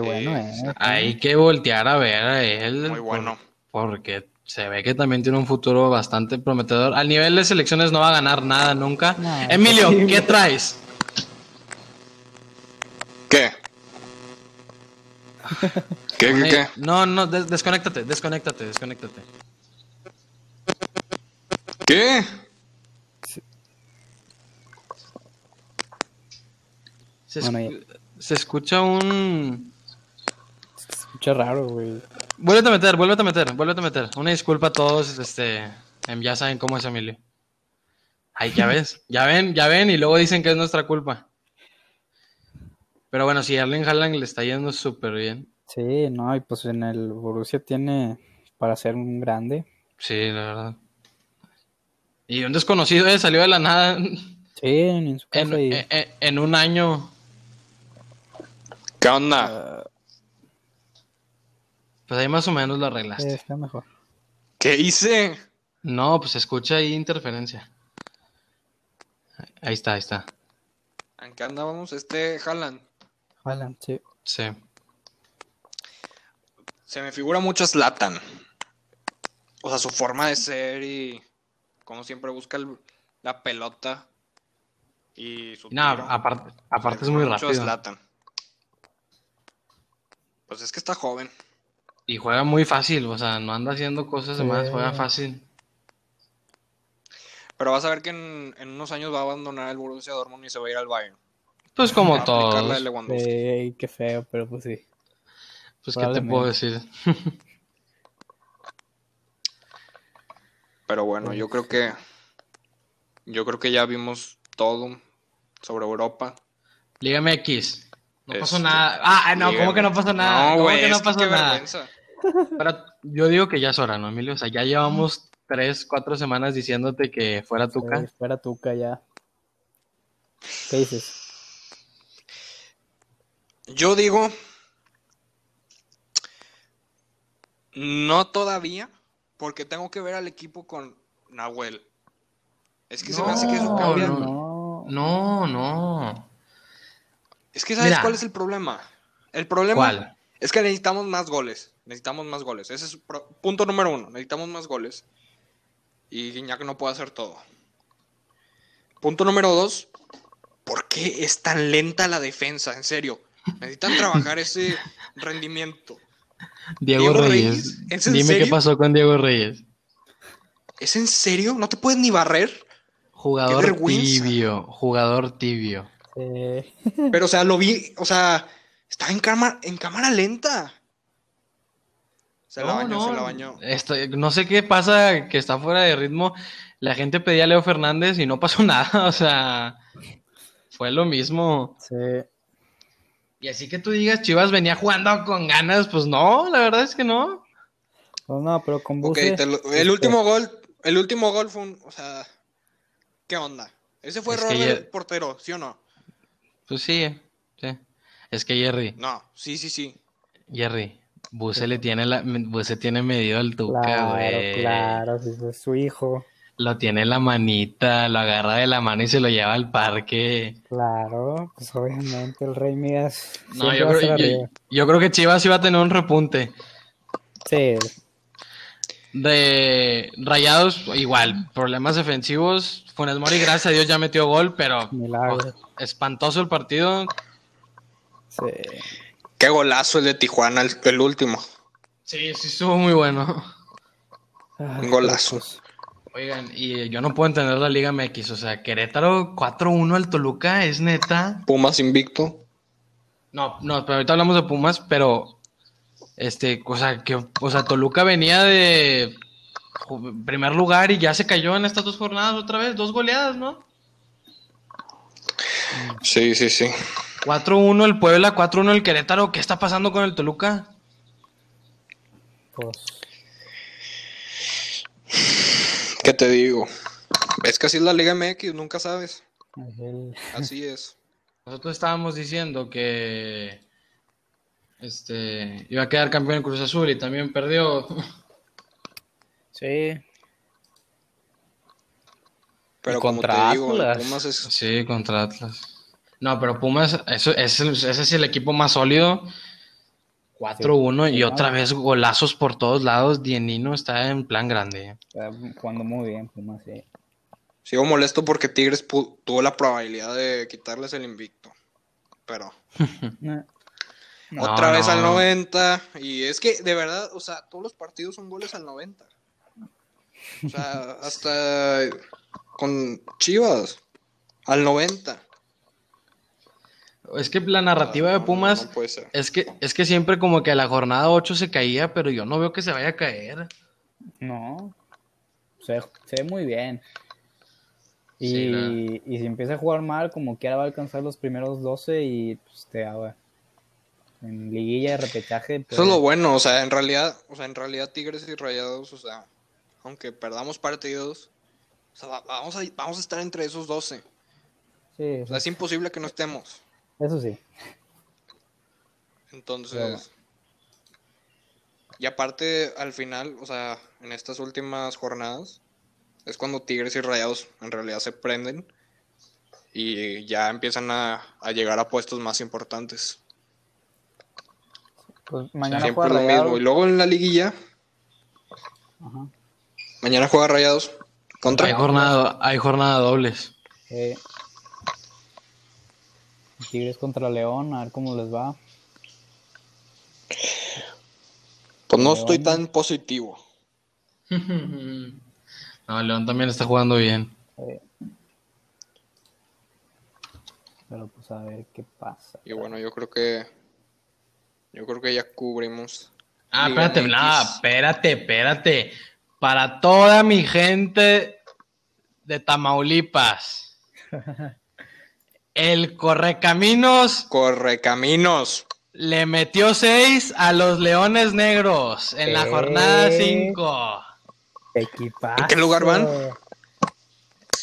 [SPEAKER 2] Sí,
[SPEAKER 3] bueno, eh.
[SPEAKER 2] sí.
[SPEAKER 1] Hay que voltear a ver a él.
[SPEAKER 2] Muy bueno.
[SPEAKER 1] por- porque se ve que también tiene un futuro bastante prometedor. Al nivel de selecciones no va a ganar nada nunca.
[SPEAKER 3] No,
[SPEAKER 1] Emilio,
[SPEAKER 3] imposible.
[SPEAKER 1] ¿qué traes?
[SPEAKER 2] ¿Qué? ¿Qué, qué, qué?
[SPEAKER 1] Eh, No, no, des- desconéctate, desconéctate, desconéctate.
[SPEAKER 2] ¿Qué?
[SPEAKER 1] Se, escu-
[SPEAKER 3] Bueno,
[SPEAKER 1] se escucha un...
[SPEAKER 3] Se escucha raro, güey.
[SPEAKER 1] Vuélvete a meter, vuélvete a meter, vuélvete a meter. Una disculpa a todos, este, em, ya saben cómo es Emilio. Ay, ya
[SPEAKER 3] <laughs>
[SPEAKER 1] ves, ya ven, ya ven, y luego dicen que es nuestra culpa. Pero bueno, si Erling Haaland le está yendo súper bien.
[SPEAKER 3] Sí, no, y pues en el Borussia tiene para ser un grande.
[SPEAKER 1] Sí, la verdad. Y un desconocido eh, salió de la nada en,
[SPEAKER 3] Sí, en su casa y...
[SPEAKER 1] en- en- en un año.
[SPEAKER 2] ¿Qué onda?
[SPEAKER 1] Pues ahí más o menos lo
[SPEAKER 3] Sí,
[SPEAKER 1] arreglaste.
[SPEAKER 3] está mejor.
[SPEAKER 2] ¿Qué hice?
[SPEAKER 1] No, pues escucha ahí interferencia. Ahí está, ahí está.
[SPEAKER 2] ¿En qué andábamos? Este Haaland.
[SPEAKER 4] Haaland, sí.
[SPEAKER 1] Sí.
[SPEAKER 2] Se me figura mucho Slatan. O sea, su forma de ser y como siempre busca el- la pelota. Y su
[SPEAKER 1] No,
[SPEAKER 2] tiro.
[SPEAKER 1] aparte, aparte es muy
[SPEAKER 2] Mucho
[SPEAKER 1] rápido.
[SPEAKER 2] Zlatan. Pues es que está joven.
[SPEAKER 1] Y juega muy fácil, o sea, no anda haciendo cosas de más, juega
[SPEAKER 4] Sí.
[SPEAKER 1] fácil.
[SPEAKER 2] Pero vas a ver que en, en unos años va a abandonar el Borussia Dortmund y se va a ir al Bayern.
[SPEAKER 1] Pues como
[SPEAKER 2] Va a aplicar la de
[SPEAKER 1] todos.
[SPEAKER 2] Lewandowski.
[SPEAKER 3] Ey, qué feo, pero pues sí.
[SPEAKER 1] Pues qué te puedo decir.
[SPEAKER 2] Pero bueno, yo creo que yo creo que ya vimos todo sobre Europa.
[SPEAKER 1] Liga MX. No pasó
[SPEAKER 2] Este,
[SPEAKER 1] nada. Ah, no,
[SPEAKER 2] Liga
[SPEAKER 1] ¿cómo que no
[SPEAKER 2] MX.
[SPEAKER 1] pasó nada?
[SPEAKER 2] No,
[SPEAKER 1] ¿Cómo
[SPEAKER 2] güey,
[SPEAKER 1] que no
[SPEAKER 2] es que
[SPEAKER 1] pasó
[SPEAKER 2] qué
[SPEAKER 1] nada?
[SPEAKER 2] vergüenza.
[SPEAKER 1] Pero yo digo que ya es hora, ¿no, Emilio? O sea, ya llevamos tres, cuatro semanas diciéndote que fuera Tuca.
[SPEAKER 3] Ey, Eh, fuera Tuca ya. ¿Qué dices?
[SPEAKER 2] Yo digo no todavía, porque tengo que ver al equipo con Nahuel. Es que se me hace que eso
[SPEAKER 1] No,
[SPEAKER 2] cambia.
[SPEAKER 1] no.
[SPEAKER 3] No.
[SPEAKER 1] No, no.
[SPEAKER 2] Es que ¿sabes
[SPEAKER 1] Mira.
[SPEAKER 2] cuál es el problema? El problema
[SPEAKER 1] ¿Cuál?
[SPEAKER 2] es que necesitamos más goles. Necesitamos más goles. Ese es su pro- punto número uno. Necesitamos más goles. Y Guiñac no puede hacer todo. Punto número dos. ¿Por qué es tan lenta la defensa? En serio. Necesitan
[SPEAKER 1] <laughs>
[SPEAKER 2] trabajar ese rendimiento.
[SPEAKER 1] Diego,
[SPEAKER 2] ¿Diego
[SPEAKER 1] Reyes.
[SPEAKER 2] Reyes? ¿Es en
[SPEAKER 1] Dime qué
[SPEAKER 2] serio?
[SPEAKER 1] pasó con Diego Reyes.
[SPEAKER 2] ¿Es en serio? ¿No te puedes ni barrer? Qué
[SPEAKER 1] Jugador
[SPEAKER 2] vergüenza.
[SPEAKER 1] tibio, jugador tibio.
[SPEAKER 3] Eh,
[SPEAKER 2] Pero, o sea, lo vi. O sea, estaba en, cama- en cámara lenta. Se la
[SPEAKER 1] No,
[SPEAKER 2] bañó,
[SPEAKER 1] no,
[SPEAKER 2] se la bañó.
[SPEAKER 1] estoy- no sé qué pasa, que está fuera de ritmo. La gente pedía a Leo Fernández y no pasó <laughs> nada, o sea, fue lo mismo.
[SPEAKER 3] sí.
[SPEAKER 1] Y así que tú digas, Chivas venía jugando con ganas, pues no, la verdad es que no.
[SPEAKER 3] No, Pues no, pero con
[SPEAKER 2] Ok,
[SPEAKER 3] Buse.
[SPEAKER 2] te lo- el
[SPEAKER 3] este,
[SPEAKER 2] último gol, el último gol fue un, o sea, ¿qué onda? Ese fue
[SPEAKER 1] Es
[SPEAKER 2] error
[SPEAKER 1] que
[SPEAKER 2] del
[SPEAKER 1] ya-
[SPEAKER 2] portero, ¿sí o no?
[SPEAKER 1] Pues sí, sí. Es que Jerry,
[SPEAKER 2] No, sí, sí, sí.
[SPEAKER 1] Jerry, Buse le tiene la, Buse tiene medido al Tuca,
[SPEAKER 3] Claro,
[SPEAKER 1] güey.
[SPEAKER 3] claro, si es su hijo.
[SPEAKER 1] Lo tiene en la manita, lo agarra de la mano y se lo lleva al parque.
[SPEAKER 3] Claro, pues obviamente el Rey Midas.
[SPEAKER 1] No,
[SPEAKER 3] siempre
[SPEAKER 1] yo
[SPEAKER 3] va a
[SPEAKER 1] creo,
[SPEAKER 3] ser
[SPEAKER 1] yo-
[SPEAKER 3] arriba.
[SPEAKER 1] yo creo que Chivas iba a tener un repunte.
[SPEAKER 3] Sí,
[SPEAKER 1] De Rayados, igual, problemas defensivos. Funes Mori, gracias a Dios, ya metió gol, pero
[SPEAKER 3] milagro.
[SPEAKER 1] oh, espantoso el partido.
[SPEAKER 3] Sí.
[SPEAKER 2] Qué golazo el de Tijuana, el, el último.
[SPEAKER 1] Sí, sí, estuvo muy bueno.
[SPEAKER 3] Ay,
[SPEAKER 2] Golazo.
[SPEAKER 3] pues,
[SPEAKER 1] Oigan, y eh, yo no puedo entender la Liga MX, o sea, Querétaro 4-1 al Toluca, es neta.
[SPEAKER 2] Pumas invicto.
[SPEAKER 1] No, no, pero ahorita hablamos de Pumas, pero este, o sea, que, o sea, Toluca venía de ju- primer lugar y ya se cayó en estas dos jornadas otra vez, dos goleadas, ¿no?
[SPEAKER 2] Sí, sí, sí.
[SPEAKER 1] 4-1 el Puebla, 4-1 el Querétaro, ¿qué está pasando con el Toluca?
[SPEAKER 3] pues,
[SPEAKER 2] ¿Qué te digo? Es que así es la Liga MX, nunca sabes.
[SPEAKER 3] es el-
[SPEAKER 2] Así es.
[SPEAKER 1] Nosotros estábamos diciendo que este iba a quedar campeón el Cruz Azul y también perdió.
[SPEAKER 3] Sí.
[SPEAKER 2] Pero
[SPEAKER 3] Y
[SPEAKER 2] como te
[SPEAKER 3] contra
[SPEAKER 2] digo, el
[SPEAKER 3] Atlas.
[SPEAKER 2] Pumas es
[SPEAKER 1] Sí, contra Atlas. No, pero Pumas, eso, es el- ese es el equipo más sólido. 4-1 y otra vez golazos por todos lados. Dienino está en plan grande.
[SPEAKER 3] Está jugando muy bien, Pumas, sí.
[SPEAKER 2] sigo molesto porque Tigres pu- tuvo la probabilidad de quitarles el invicto. Pero
[SPEAKER 1] No,
[SPEAKER 2] Otra vez
[SPEAKER 1] no.
[SPEAKER 2] al 90. Y es que, de verdad, o sea, todos los partidos son goles al 90. O sea,
[SPEAKER 1] <laughs>
[SPEAKER 2] hasta con Chivas, al 90.
[SPEAKER 1] Es que la narrativa de
[SPEAKER 2] Ah, No,
[SPEAKER 1] Pumas
[SPEAKER 2] No, puede ser.
[SPEAKER 1] es que es que siempre como que a la jornada 8 se caía, pero yo no veo que se vaya a caer.
[SPEAKER 3] No. Se, se ve muy bien. Y,
[SPEAKER 1] Sí, la-
[SPEAKER 3] y si empieza a jugar mal, como quiera va a alcanzar los primeros 12 y pues te haga. En liguilla de repechaje.
[SPEAKER 2] Eso es
[SPEAKER 3] pues,
[SPEAKER 2] lo bueno, o sea, en realidad, o sea, en realidad Tigres y Rayados, o sea, aunque perdamos partidos, o sea, va- vamos a, vamos a estar entre esos 12.
[SPEAKER 3] Sí,
[SPEAKER 2] O
[SPEAKER 3] eso,
[SPEAKER 2] sea, es imposible que no estemos.
[SPEAKER 3] eso sí. Pero-
[SPEAKER 2] Entonces. Y aparte, al final, o sea, en estas últimas jornadas, es cuando Tigres y Rayados en realidad se prenden y ya empiezan a, a llegar a puestos más importantes.
[SPEAKER 3] Pues mañana
[SPEAKER 2] Siempre
[SPEAKER 3] juega
[SPEAKER 2] lo
[SPEAKER 3] Rayados.
[SPEAKER 2] mismo. Y luego en la liguilla,
[SPEAKER 3] Ajá.
[SPEAKER 2] mañana juega Rayados
[SPEAKER 1] Hay
[SPEAKER 2] contra
[SPEAKER 1] jornada, hay jornada dobles.
[SPEAKER 3] Eh, Tigres contra León, a ver cómo les va.
[SPEAKER 2] Pues no estoy tan positivo.
[SPEAKER 1] No, León también está jugando bien.
[SPEAKER 3] Eh, Pero pues a ver qué pasa.
[SPEAKER 2] Y bueno, yo creo que yo creo que ya cubrimos.
[SPEAKER 1] Ah,
[SPEAKER 2] Liga
[SPEAKER 1] espérate,
[SPEAKER 2] MX.
[SPEAKER 1] nada, espérate, espérate. Para toda mi gente de
[SPEAKER 3] <laughs>
[SPEAKER 1] Tamaulipas, el Correcaminos
[SPEAKER 2] Correcaminos.
[SPEAKER 1] le metió 6 a los Leones Negros en la jornada
[SPEAKER 3] Eh.
[SPEAKER 1] 5.
[SPEAKER 3] Equipazo.
[SPEAKER 2] ¿En qué lugar van?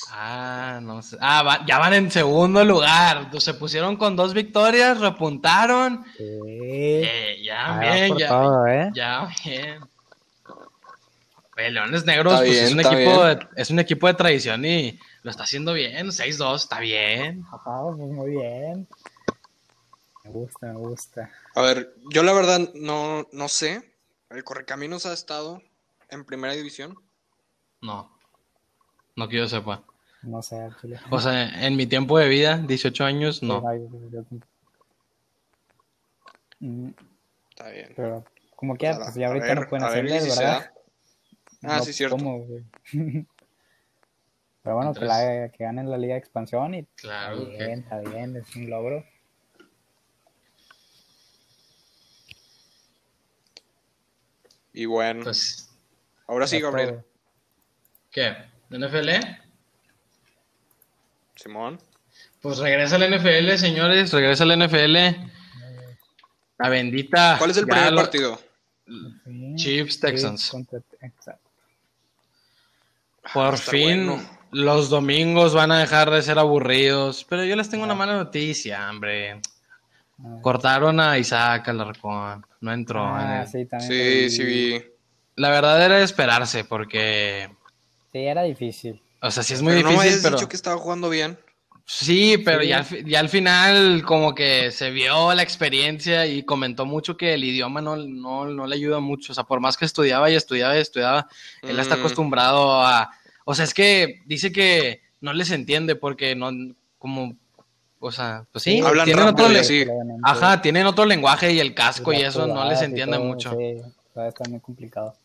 [SPEAKER 1] Ah, no sé. Ah, va- ya van en segundo lugar. Se pusieron con dos victorias, repuntaron.
[SPEAKER 3] Eh,
[SPEAKER 1] Eh, ya,
[SPEAKER 3] ahí va
[SPEAKER 1] bien,
[SPEAKER 3] por
[SPEAKER 1] ya,
[SPEAKER 3] todo, ¿eh?
[SPEAKER 1] Ya, bien. Güey, Leones Negros
[SPEAKER 2] Está
[SPEAKER 1] pues,
[SPEAKER 2] bien,
[SPEAKER 1] es, un
[SPEAKER 2] está
[SPEAKER 1] equipo
[SPEAKER 2] bien.
[SPEAKER 1] de, es un equipo de tradición y lo está haciendo bien. 6-2, está bien.
[SPEAKER 3] Ajá, pues muy bien. Me gusta, me gusta.
[SPEAKER 2] A ver, yo la verdad no, no sé. El Correcaminos ha estado en primera división.
[SPEAKER 1] No, no que yo sepa.
[SPEAKER 3] No sé, al chile.
[SPEAKER 1] O sea, en mi tiempo de vida, 18 años, Pues, no.
[SPEAKER 3] Ay, yo- yo- yo- Mm,
[SPEAKER 2] Está bien.
[SPEAKER 3] Pero como quiera, pues ya
[SPEAKER 2] A
[SPEAKER 3] ahorita
[SPEAKER 2] ver,
[SPEAKER 3] no pueden
[SPEAKER 2] a ver
[SPEAKER 3] hacerle,
[SPEAKER 2] si se
[SPEAKER 3] ¿verdad?
[SPEAKER 2] da. Ah,
[SPEAKER 3] No,
[SPEAKER 2] sí, cierto.
[SPEAKER 3] ¿cómo, güey? <laughs> Pero bueno, que, la, que ganen la Liga de Expansión y está
[SPEAKER 1] Claro.
[SPEAKER 3] bien, está bien, es un logro.
[SPEAKER 2] Y bueno,
[SPEAKER 1] Entonces,
[SPEAKER 2] ahora sí,
[SPEAKER 3] Ya
[SPEAKER 2] Gabriel.
[SPEAKER 3] todo.
[SPEAKER 1] Pues, ¿qué? ¿NFL?
[SPEAKER 2] Simón.
[SPEAKER 1] Pues regresa al NFL, señores, regresa al NFL. La bendita.
[SPEAKER 2] ¿Cuál es el
[SPEAKER 1] ya
[SPEAKER 2] primer
[SPEAKER 1] lo-
[SPEAKER 2] partido?
[SPEAKER 3] Sí,
[SPEAKER 1] Chiefs,
[SPEAKER 3] sí,
[SPEAKER 1] Texans.
[SPEAKER 3] contra- exacto.
[SPEAKER 1] Por
[SPEAKER 2] Ah, Está
[SPEAKER 1] fin
[SPEAKER 2] bueno.
[SPEAKER 1] los domingos van a dejar de ser aburridos. Pero yo les tengo
[SPEAKER 2] Ah.
[SPEAKER 1] una mala noticia, hombre.
[SPEAKER 3] Ah.
[SPEAKER 1] Cortaron a Isaac Alarcón. No entró. en
[SPEAKER 3] Ah,
[SPEAKER 1] el-
[SPEAKER 3] sí, también.
[SPEAKER 2] Sí, sí vi.
[SPEAKER 1] La verdad era de esperarse porque...
[SPEAKER 3] Sí, era difícil.
[SPEAKER 1] O sea, sí es muy
[SPEAKER 2] Pero no me
[SPEAKER 1] difícil,
[SPEAKER 2] habías
[SPEAKER 1] pero...
[SPEAKER 2] dicho que estaba jugando bien.
[SPEAKER 1] Sí, pero
[SPEAKER 3] Sí.
[SPEAKER 1] Ya, al fi- ya al final como que se vio la experiencia y comentó mucho que el idioma no, no, no le ayuda mucho. O sea, por más que estudiaba y estudiaba y estudiaba, él está
[SPEAKER 2] Mm.
[SPEAKER 1] acostumbrado a... O sea, es que dice que no les entiende porque no, como, o sea, pues sí,
[SPEAKER 2] Hablan
[SPEAKER 1] tienen
[SPEAKER 2] rápido
[SPEAKER 1] otro
[SPEAKER 2] y
[SPEAKER 1] le-
[SPEAKER 2] así.
[SPEAKER 3] Obviamente.
[SPEAKER 1] Ajá, tienen otro lenguaje y el
[SPEAKER 3] Las
[SPEAKER 1] casco y eso no les
[SPEAKER 3] jugadas y
[SPEAKER 1] entiende
[SPEAKER 3] todo,
[SPEAKER 1] mucho.
[SPEAKER 3] ah, Sí, todavía está muy complicado.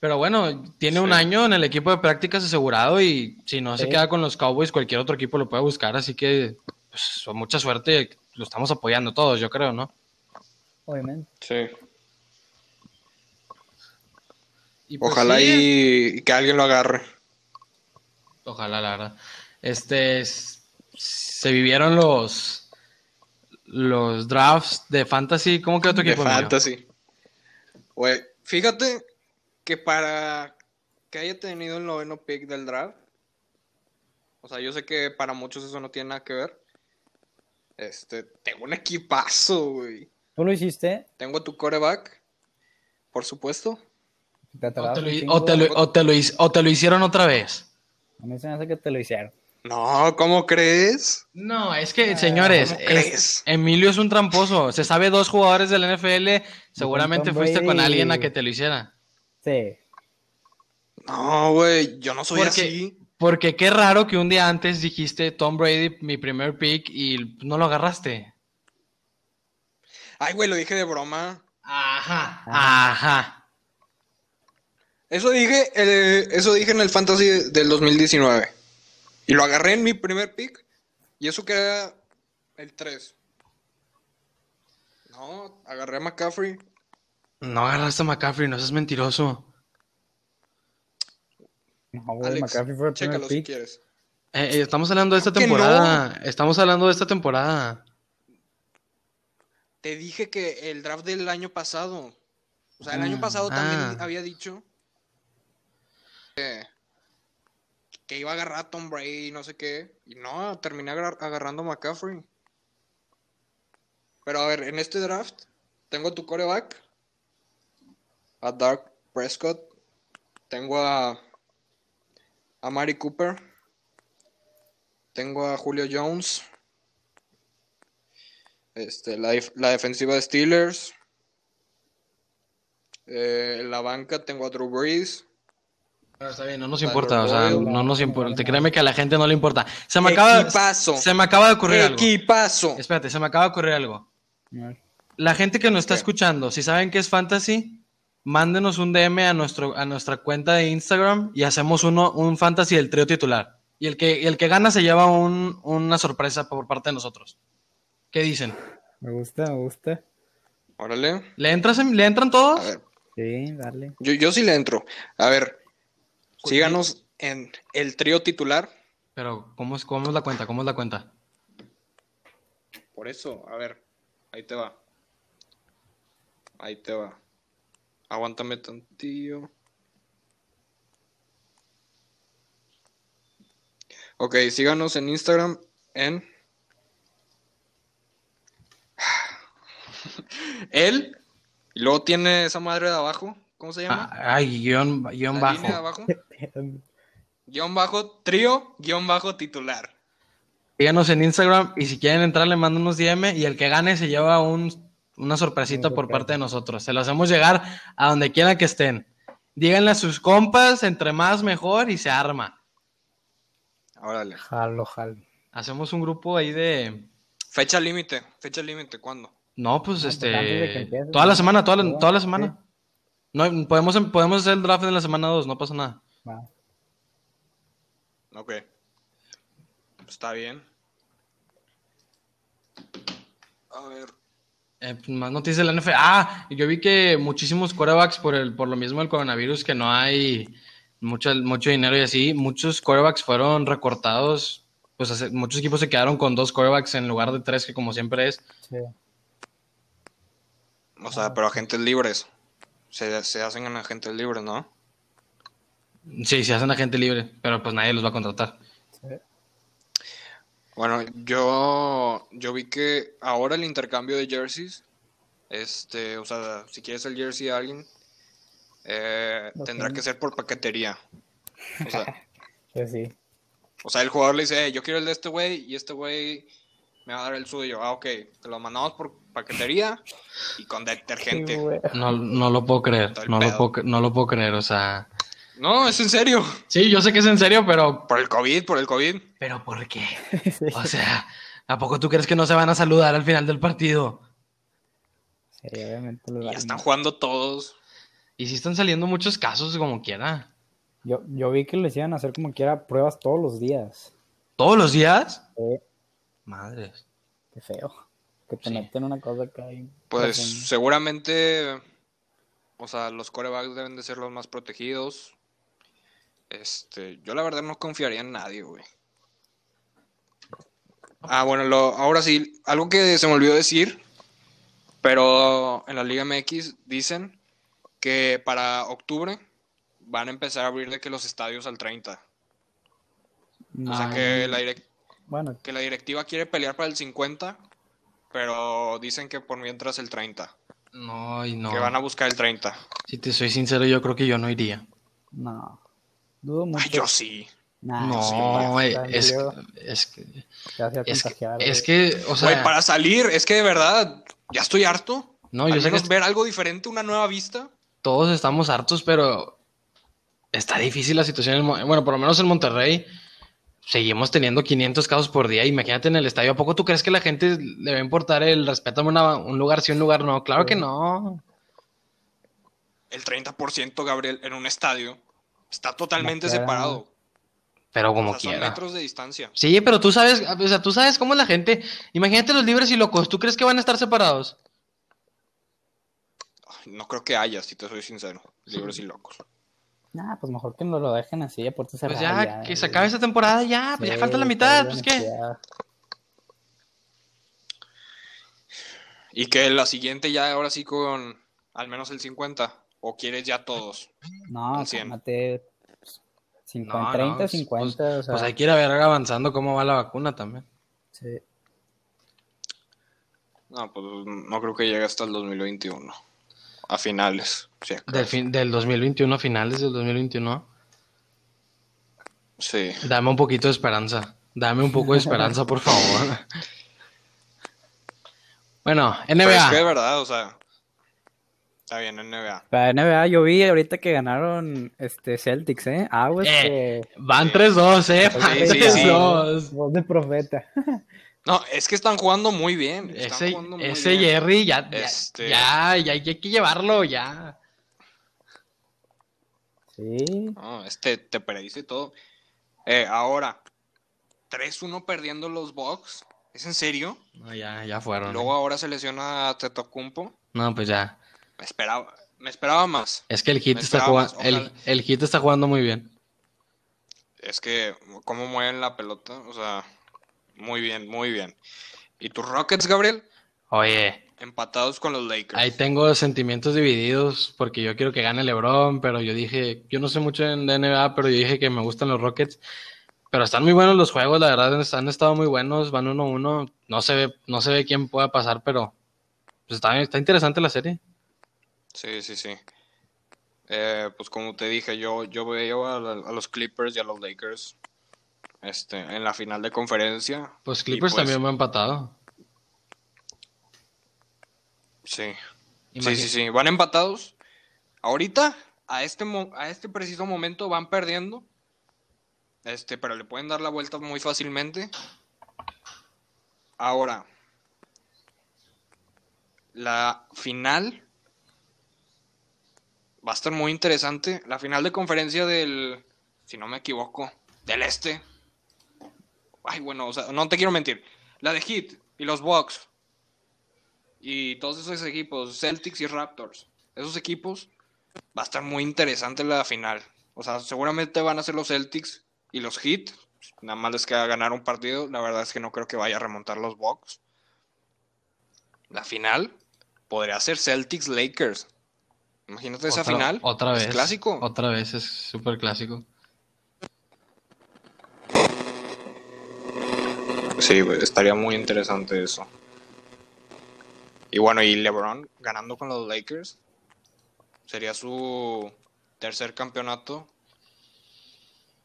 [SPEAKER 1] Pero bueno, tiene un
[SPEAKER 2] Sí.
[SPEAKER 1] año en el equipo de prácticas asegurado y si no se
[SPEAKER 3] Sí.
[SPEAKER 1] queda con los Cowboys, cualquier otro equipo lo puede buscar. Así que, pues, con mucha suerte. Lo estamos apoyando todos, yo creo, ¿no?
[SPEAKER 3] Obviamente.
[SPEAKER 2] Sí.
[SPEAKER 1] Y pues
[SPEAKER 2] Ojalá
[SPEAKER 1] sí,
[SPEAKER 2] y, y que alguien lo agarre.
[SPEAKER 1] Ojalá, la verdad. Este, s- se vivieron los los drafts de Fantasy. ¿Cómo que otro
[SPEAKER 2] De
[SPEAKER 1] equipo? amigo?
[SPEAKER 2] fantasy. Güey, fíjate que para que haya tenido el noveno pick del draft, o sea, yo sé que para muchos eso no tiene nada que ver. Este, tengo un equipazo, güey.
[SPEAKER 3] ¿Tú lo hiciste?
[SPEAKER 2] Tengo a tu coreback, por supuesto.
[SPEAKER 3] ¿Te
[SPEAKER 1] O te,
[SPEAKER 3] atrasaste
[SPEAKER 1] lo,
[SPEAKER 3] un
[SPEAKER 1] hi-
[SPEAKER 3] chingo?
[SPEAKER 1] o, te lo- o te lo hic- o te lo hicieron otra vez.
[SPEAKER 3] A mí se me hace que te lo hicieron.
[SPEAKER 2] No, ¿cómo crees?
[SPEAKER 1] No, es que, señores,
[SPEAKER 2] ¿cómo
[SPEAKER 1] es-
[SPEAKER 2] crees?
[SPEAKER 1] Ah, Emilio es un tramposo. Se sabe dos jugadores del NFL. Seguramente
[SPEAKER 3] Tom
[SPEAKER 1] fuiste con
[SPEAKER 3] Brady.
[SPEAKER 1] alguien a que te lo hiciera.
[SPEAKER 3] Sí.
[SPEAKER 2] No, güey, yo no soy
[SPEAKER 1] Porque-
[SPEAKER 2] así.
[SPEAKER 1] Porque qué raro que un día antes dijiste Tom Brady, mi primer pick, y no lo agarraste.
[SPEAKER 2] Ay, güey, lo dije de broma.
[SPEAKER 1] Ajá,
[SPEAKER 3] Ah.
[SPEAKER 1] ajá.
[SPEAKER 2] Eso dije, eh, eso dije en el Fantasy de- del 2019. Y lo agarré en mi primer pick. Y eso queda el 3. No, agarré a McCaffrey.
[SPEAKER 1] No agarraste a McCaffrey, no seas mentiroso.
[SPEAKER 3] No, güey,
[SPEAKER 2] Alex,
[SPEAKER 3] Oh, McCaffrey fue el primer
[SPEAKER 2] chécalo si
[SPEAKER 3] pick.
[SPEAKER 2] quieres.
[SPEAKER 1] Eh, eh, estamos hablando de esta
[SPEAKER 2] Claro que
[SPEAKER 1] temporada. Estamos hablando de esta temporada.
[SPEAKER 2] Te dije que el draft del año pasado. O sea, el año
[SPEAKER 1] Ah,
[SPEAKER 2] pasado
[SPEAKER 1] ah.
[SPEAKER 2] también había dicho que, que iba a agarrar a Tom Brady y no sé qué. Y no, terminé agar- agarrando a McCaffrey. Pero a ver, en este draft tengo a tu coreback, a Dark Prescott, tengo a, a Mari Cooper, Tengo a Julio Jones. Este, la, def- la defensiva de Steelers. Eh, en la banca tengo a Drew Brees.
[SPEAKER 1] Pero Ah, está bien, no nos
[SPEAKER 2] Tyler
[SPEAKER 1] importa, o sea,
[SPEAKER 2] Boyd.
[SPEAKER 1] no nos importa. Te créeme que a la gente no le importa. Se me acaba,
[SPEAKER 2] Equipazo.
[SPEAKER 1] se me acaba de ocurrir algo.
[SPEAKER 2] Equipazo.
[SPEAKER 1] Espérate, se me acaba de ocurrir algo. La gente que nos está
[SPEAKER 2] ¿Qué?
[SPEAKER 1] escuchando, si saben que es fantasy, mándenos un DM a, nuestro, a nuestra cuenta de Instagram y hacemos uno, un fantasy del trío titular. Y el que, el que gana se lleva un- una sorpresa por parte de nosotros. ¿Qué dicen?
[SPEAKER 3] Me gusta, me gusta.
[SPEAKER 2] Órale.
[SPEAKER 1] ¿Le, entras en- ¿le entran
[SPEAKER 2] A
[SPEAKER 1] todos?
[SPEAKER 2] ver,
[SPEAKER 3] Sí, dale. <laughs>
[SPEAKER 2] yo, yo sí le entro. A ver,
[SPEAKER 1] Pues,
[SPEAKER 2] síganos en el trío titular.
[SPEAKER 1] Pero, ¿cómo es, ¿cómo es la cuenta? ¿Cómo es la cuenta?
[SPEAKER 2] Por eso, a ver, ahí te va. Ahí te va. Aguántame tantillo. Ok, síganos en Instagram en <sighs> él. Y luego tiene esa madre de abajo. ¿Cómo se llama?
[SPEAKER 1] Ah, Ay, guión, guión
[SPEAKER 2] La línea de
[SPEAKER 1] bajo.
[SPEAKER 2] abajo. Guión bajo, trío, guión bajo, titular.
[SPEAKER 1] Síganos en Instagram y si quieren entrar, le mandan unos DM y el que gane se lleva un- una sorpresita
[SPEAKER 3] Una
[SPEAKER 1] por
[SPEAKER 3] sorpresa.
[SPEAKER 1] parte de nosotros. Se lo hacemos llegar a donde quiera que estén. Díganle a sus compas, entre más mejor y se arma.
[SPEAKER 2] Órale.
[SPEAKER 3] Jalo, jalo.
[SPEAKER 1] Hacemos un grupo ahí de.
[SPEAKER 2] Fecha límite, fecha límite, ¿cuándo?
[SPEAKER 1] No, pues
[SPEAKER 3] pues antes de que
[SPEAKER 1] este.
[SPEAKER 3] empiece,
[SPEAKER 1] Toda la
[SPEAKER 3] ¿no?
[SPEAKER 1] semana, toda la,
[SPEAKER 3] Todo,
[SPEAKER 1] toda la
[SPEAKER 3] sí.
[SPEAKER 1] semana. No, podemos, podemos hacer el draft de la semana 2, no pasa nada.
[SPEAKER 3] Va.
[SPEAKER 2] Ok. Está bien. A ver.
[SPEAKER 1] Eh, pues, más noticias de la NFL. Ah, yo vi que muchísimos quarterbacks por el, por lo mismo del coronavirus, que no hay mucho, mucho dinero y así, muchos quarterbacks fueron recortados. Pues hace- muchos equipos se quedaron con dos quarterbacks en lugar de tres, que como siempre es.
[SPEAKER 3] Sí.
[SPEAKER 2] O sea, pero agentes libres. Se, se hacen en agentes libres, ¿no?
[SPEAKER 1] Sí, se hacen a gente libre, pero pues nadie los va a contratar.
[SPEAKER 2] Bueno, yo, yo vi que ahora el intercambio de jerseys, este, o sea, si quieres el jersey a alguien, eh,
[SPEAKER 3] Lo
[SPEAKER 2] tendrá
[SPEAKER 3] tengo.
[SPEAKER 2] que ser por paquetería. O sea,
[SPEAKER 3] Pues sí.
[SPEAKER 2] o sea, el jugador le dice, "Eh, yo quiero el de este güey y este güey me va a dar el suyo. Ah, ok, te lo mandamos por paquetería y con detergente.
[SPEAKER 3] Sí, güey. <laughs>
[SPEAKER 1] No, no lo puedo creer,
[SPEAKER 2] Está el
[SPEAKER 1] no lo
[SPEAKER 2] pedo.
[SPEAKER 1] puedo, cre- no lo puedo creer, o sea.
[SPEAKER 2] No, es en serio.
[SPEAKER 1] Sí, yo sé que es en serio, pero.
[SPEAKER 2] Por el COVID, por el COVID.
[SPEAKER 1] ¿Pero por qué?
[SPEAKER 3] Sí.
[SPEAKER 2] <laughs>
[SPEAKER 1] O sea, ¿a poco tú crees que no se van a saludar al final del partido?
[SPEAKER 3] Sí, obviamente lo
[SPEAKER 2] Y ya
[SPEAKER 3] dan.
[SPEAKER 2] están jugando todos.
[SPEAKER 1] Y si están saliendo muchos casos como quiera.
[SPEAKER 3] Yo, yo vi que les iban a hacer como quiera pruebas todos los días.
[SPEAKER 1] ¿Todos los días?
[SPEAKER 3] Eh,
[SPEAKER 1] Madres.
[SPEAKER 3] qué feo. Que te
[SPEAKER 1] Sí.
[SPEAKER 3] meten una cosa acá hay.
[SPEAKER 2] Pues seguramente, o sea, los corebacks deben de ser los más protegidos. Este, yo la verdad no confiaría en nadie, güey. Ah, bueno, lo, ahora sí, algo que se me olvidó decir, pero en la Liga MX dicen que para octubre van a empezar a abrir de que los estadios al 30. O sea que
[SPEAKER 3] Ah.
[SPEAKER 2] la, direc-
[SPEAKER 3] Bueno,
[SPEAKER 2] que la directiva quiere pelear para el 50, pero dicen que por mientras el 30.
[SPEAKER 1] No, y no.
[SPEAKER 2] Que van a buscar el 30.
[SPEAKER 1] Si te soy sincero, yo creo que yo no iría.
[SPEAKER 3] no. Dudo mucho.
[SPEAKER 2] Ay, yo sí.
[SPEAKER 3] Nah, Ah, sí,
[SPEAKER 1] no,
[SPEAKER 3] va,
[SPEAKER 1] eh,
[SPEAKER 3] también
[SPEAKER 1] es,
[SPEAKER 3] yo
[SPEAKER 1] es que,
[SPEAKER 3] te hacía
[SPEAKER 1] es que-
[SPEAKER 3] contagiar,
[SPEAKER 1] es
[SPEAKER 3] güey.
[SPEAKER 1] que, o sea,
[SPEAKER 2] Güey, para salir, es que de verdad, ya estoy harto.
[SPEAKER 1] no,
[SPEAKER 2] Al
[SPEAKER 1] yo sé
[SPEAKER 2] menos
[SPEAKER 1] que
[SPEAKER 2] ver algo diferente, una nueva vista.
[SPEAKER 1] todos estamos hartos, pero está difícil la situación. en Mon- bueno, por lo menos en Monterrey seguimos teniendo 500 casos por día. Imagínate en el estadio, ¿a poco tú crees que la gente le va a importar el respeto a una- un lugar sí, un lugar no? Claro que no.
[SPEAKER 2] El 30%, Gabriel, en un estadio. Está totalmente
[SPEAKER 3] No, claro.
[SPEAKER 2] separado.
[SPEAKER 1] Pero
[SPEAKER 2] O
[SPEAKER 1] como
[SPEAKER 2] sea, son
[SPEAKER 1] quiera.
[SPEAKER 2] metros de distancia.
[SPEAKER 1] Sí, pero tú sabes, o sea, tú sabes cómo es la gente. Imagínate los libres y locos. ¿Tú crees que van a estar separados?
[SPEAKER 2] Ay, No creo que haya, si te soy sincero. Libres y locos.
[SPEAKER 3] Nah, pues mejor que no lo dejen así, ya puerta
[SPEAKER 1] Pues
[SPEAKER 3] cerrada,
[SPEAKER 1] ya, que
[SPEAKER 3] güey.
[SPEAKER 1] se acabe esta temporada ya, pues ya
[SPEAKER 3] Sí,
[SPEAKER 1] falta la mitad,
[SPEAKER 3] todavía
[SPEAKER 1] pues
[SPEAKER 3] nos
[SPEAKER 1] qué.
[SPEAKER 3] queda.
[SPEAKER 2] Y que la siguiente ya, ahora sí, con al menos el 50. O quieres ya todos.
[SPEAKER 3] No,
[SPEAKER 2] Al cien.
[SPEAKER 3] cálmate. Pues, 50,
[SPEAKER 1] No, no,
[SPEAKER 3] 30,
[SPEAKER 1] pues-
[SPEAKER 3] 50, o sea.
[SPEAKER 1] Pues hay que ir a ver avanzando cómo va la vacuna también.
[SPEAKER 3] sí.
[SPEAKER 2] No, pues no creo que llegue hasta el 2021. A finales. si acaso.
[SPEAKER 1] Del, fin- del 2021 a finales del 2021.
[SPEAKER 2] Sí.
[SPEAKER 1] Dame un poquito de esperanza. Dame un poco de esperanza, por favor. <laughs> Bueno,
[SPEAKER 2] Pero es Pues que de
[SPEAKER 1] NBA.
[SPEAKER 2] verdad, o sea. Está bien, NBA.
[SPEAKER 3] Para NBA yo vi ahorita que ganaron este Celtics, ¿eh? Ah, pues
[SPEAKER 1] Eh. <laughs> Van 3-2, ¿eh? Van
[SPEAKER 2] Sí, sí, sí.
[SPEAKER 1] 3-2.
[SPEAKER 3] que... Voz de profeta.
[SPEAKER 2] No, es que están jugando muy bien. están
[SPEAKER 1] Ese,
[SPEAKER 2] jugando muy
[SPEAKER 1] ese
[SPEAKER 2] bien.
[SPEAKER 1] Jerry ya, ya,
[SPEAKER 2] Este-
[SPEAKER 1] ya, ya hay que llevarlo, ya.
[SPEAKER 3] Sí.
[SPEAKER 2] No, este te perdiste todo. Eh, ahora, 3-1 perdiendo los Bucks. ¿Es en serio?
[SPEAKER 1] No, ya, ya fueron. eh.
[SPEAKER 2] Luego ahora se lesiona a Tetocumpo.
[SPEAKER 1] No, pues ya.
[SPEAKER 2] Me esperaba, me esperaba más.
[SPEAKER 1] Es que el hit
[SPEAKER 2] Me
[SPEAKER 1] está
[SPEAKER 2] esperaba
[SPEAKER 1] jugando.
[SPEAKER 2] más,
[SPEAKER 1] El,
[SPEAKER 2] ojalá.
[SPEAKER 1] el hit está jugando muy bien.
[SPEAKER 2] Es que, ¿cómo mueven la pelota? O sea, muy bien, muy bien. ¿Y tus Rockets, Gabriel?
[SPEAKER 1] Oye,
[SPEAKER 2] Empatados con los Lakers.
[SPEAKER 1] ahí tengo sentimientos divididos porque yo quiero que gane LeBron, pero yo dije, yo no sé mucho en la NBA, pero yo dije que me gustan los Rockets. Pero están muy buenos los juegos, la verdad, es- han estado muy buenos, van 1-1. No se ve, no se ve quién pueda pasar, pero pues, está, está interesante la serie.
[SPEAKER 2] Sí, sí, sí. Eh, pues como te dije, yo, yo veo a, la- a los Clippers y a los Lakers este, en la final de conferencia.
[SPEAKER 1] Pues
[SPEAKER 2] Y
[SPEAKER 1] Clippers
[SPEAKER 2] pues,
[SPEAKER 1] también me ha empatado.
[SPEAKER 2] Sí. Sí,
[SPEAKER 1] Imagi-
[SPEAKER 2] sí, sí. Van empatados. Ahorita, a este, mo- a este preciso momento, van perdiendo. Este, pero le pueden dar la vuelta muy fácilmente. Ahora, la final va a estar muy interesante. La final de conferencia del, si no me equivoco, del este. Ay, bueno, o sea, no te quiero mentir. La de Heat y los Bucks y todos esos equipos, Celtics y Raptors, esos equipos, va a estar muy interesante la final. O sea, seguramente van a ser los Celtics y los Heat. Nada más les queda ganar un partido. La verdad es que no creo que vaya a remontar los Bucks. La final podría ser Celtics Lakers. Imagínate Pues, esa
[SPEAKER 1] Otra-
[SPEAKER 2] final.
[SPEAKER 1] Otra
[SPEAKER 2] Es
[SPEAKER 1] vez.
[SPEAKER 2] clásico.
[SPEAKER 1] Otra vez, es súper clásico.
[SPEAKER 2] Sí, güey, estaría muy interesante eso. Y bueno, y LeBron ganando con los Lakers sería su tercer campeonato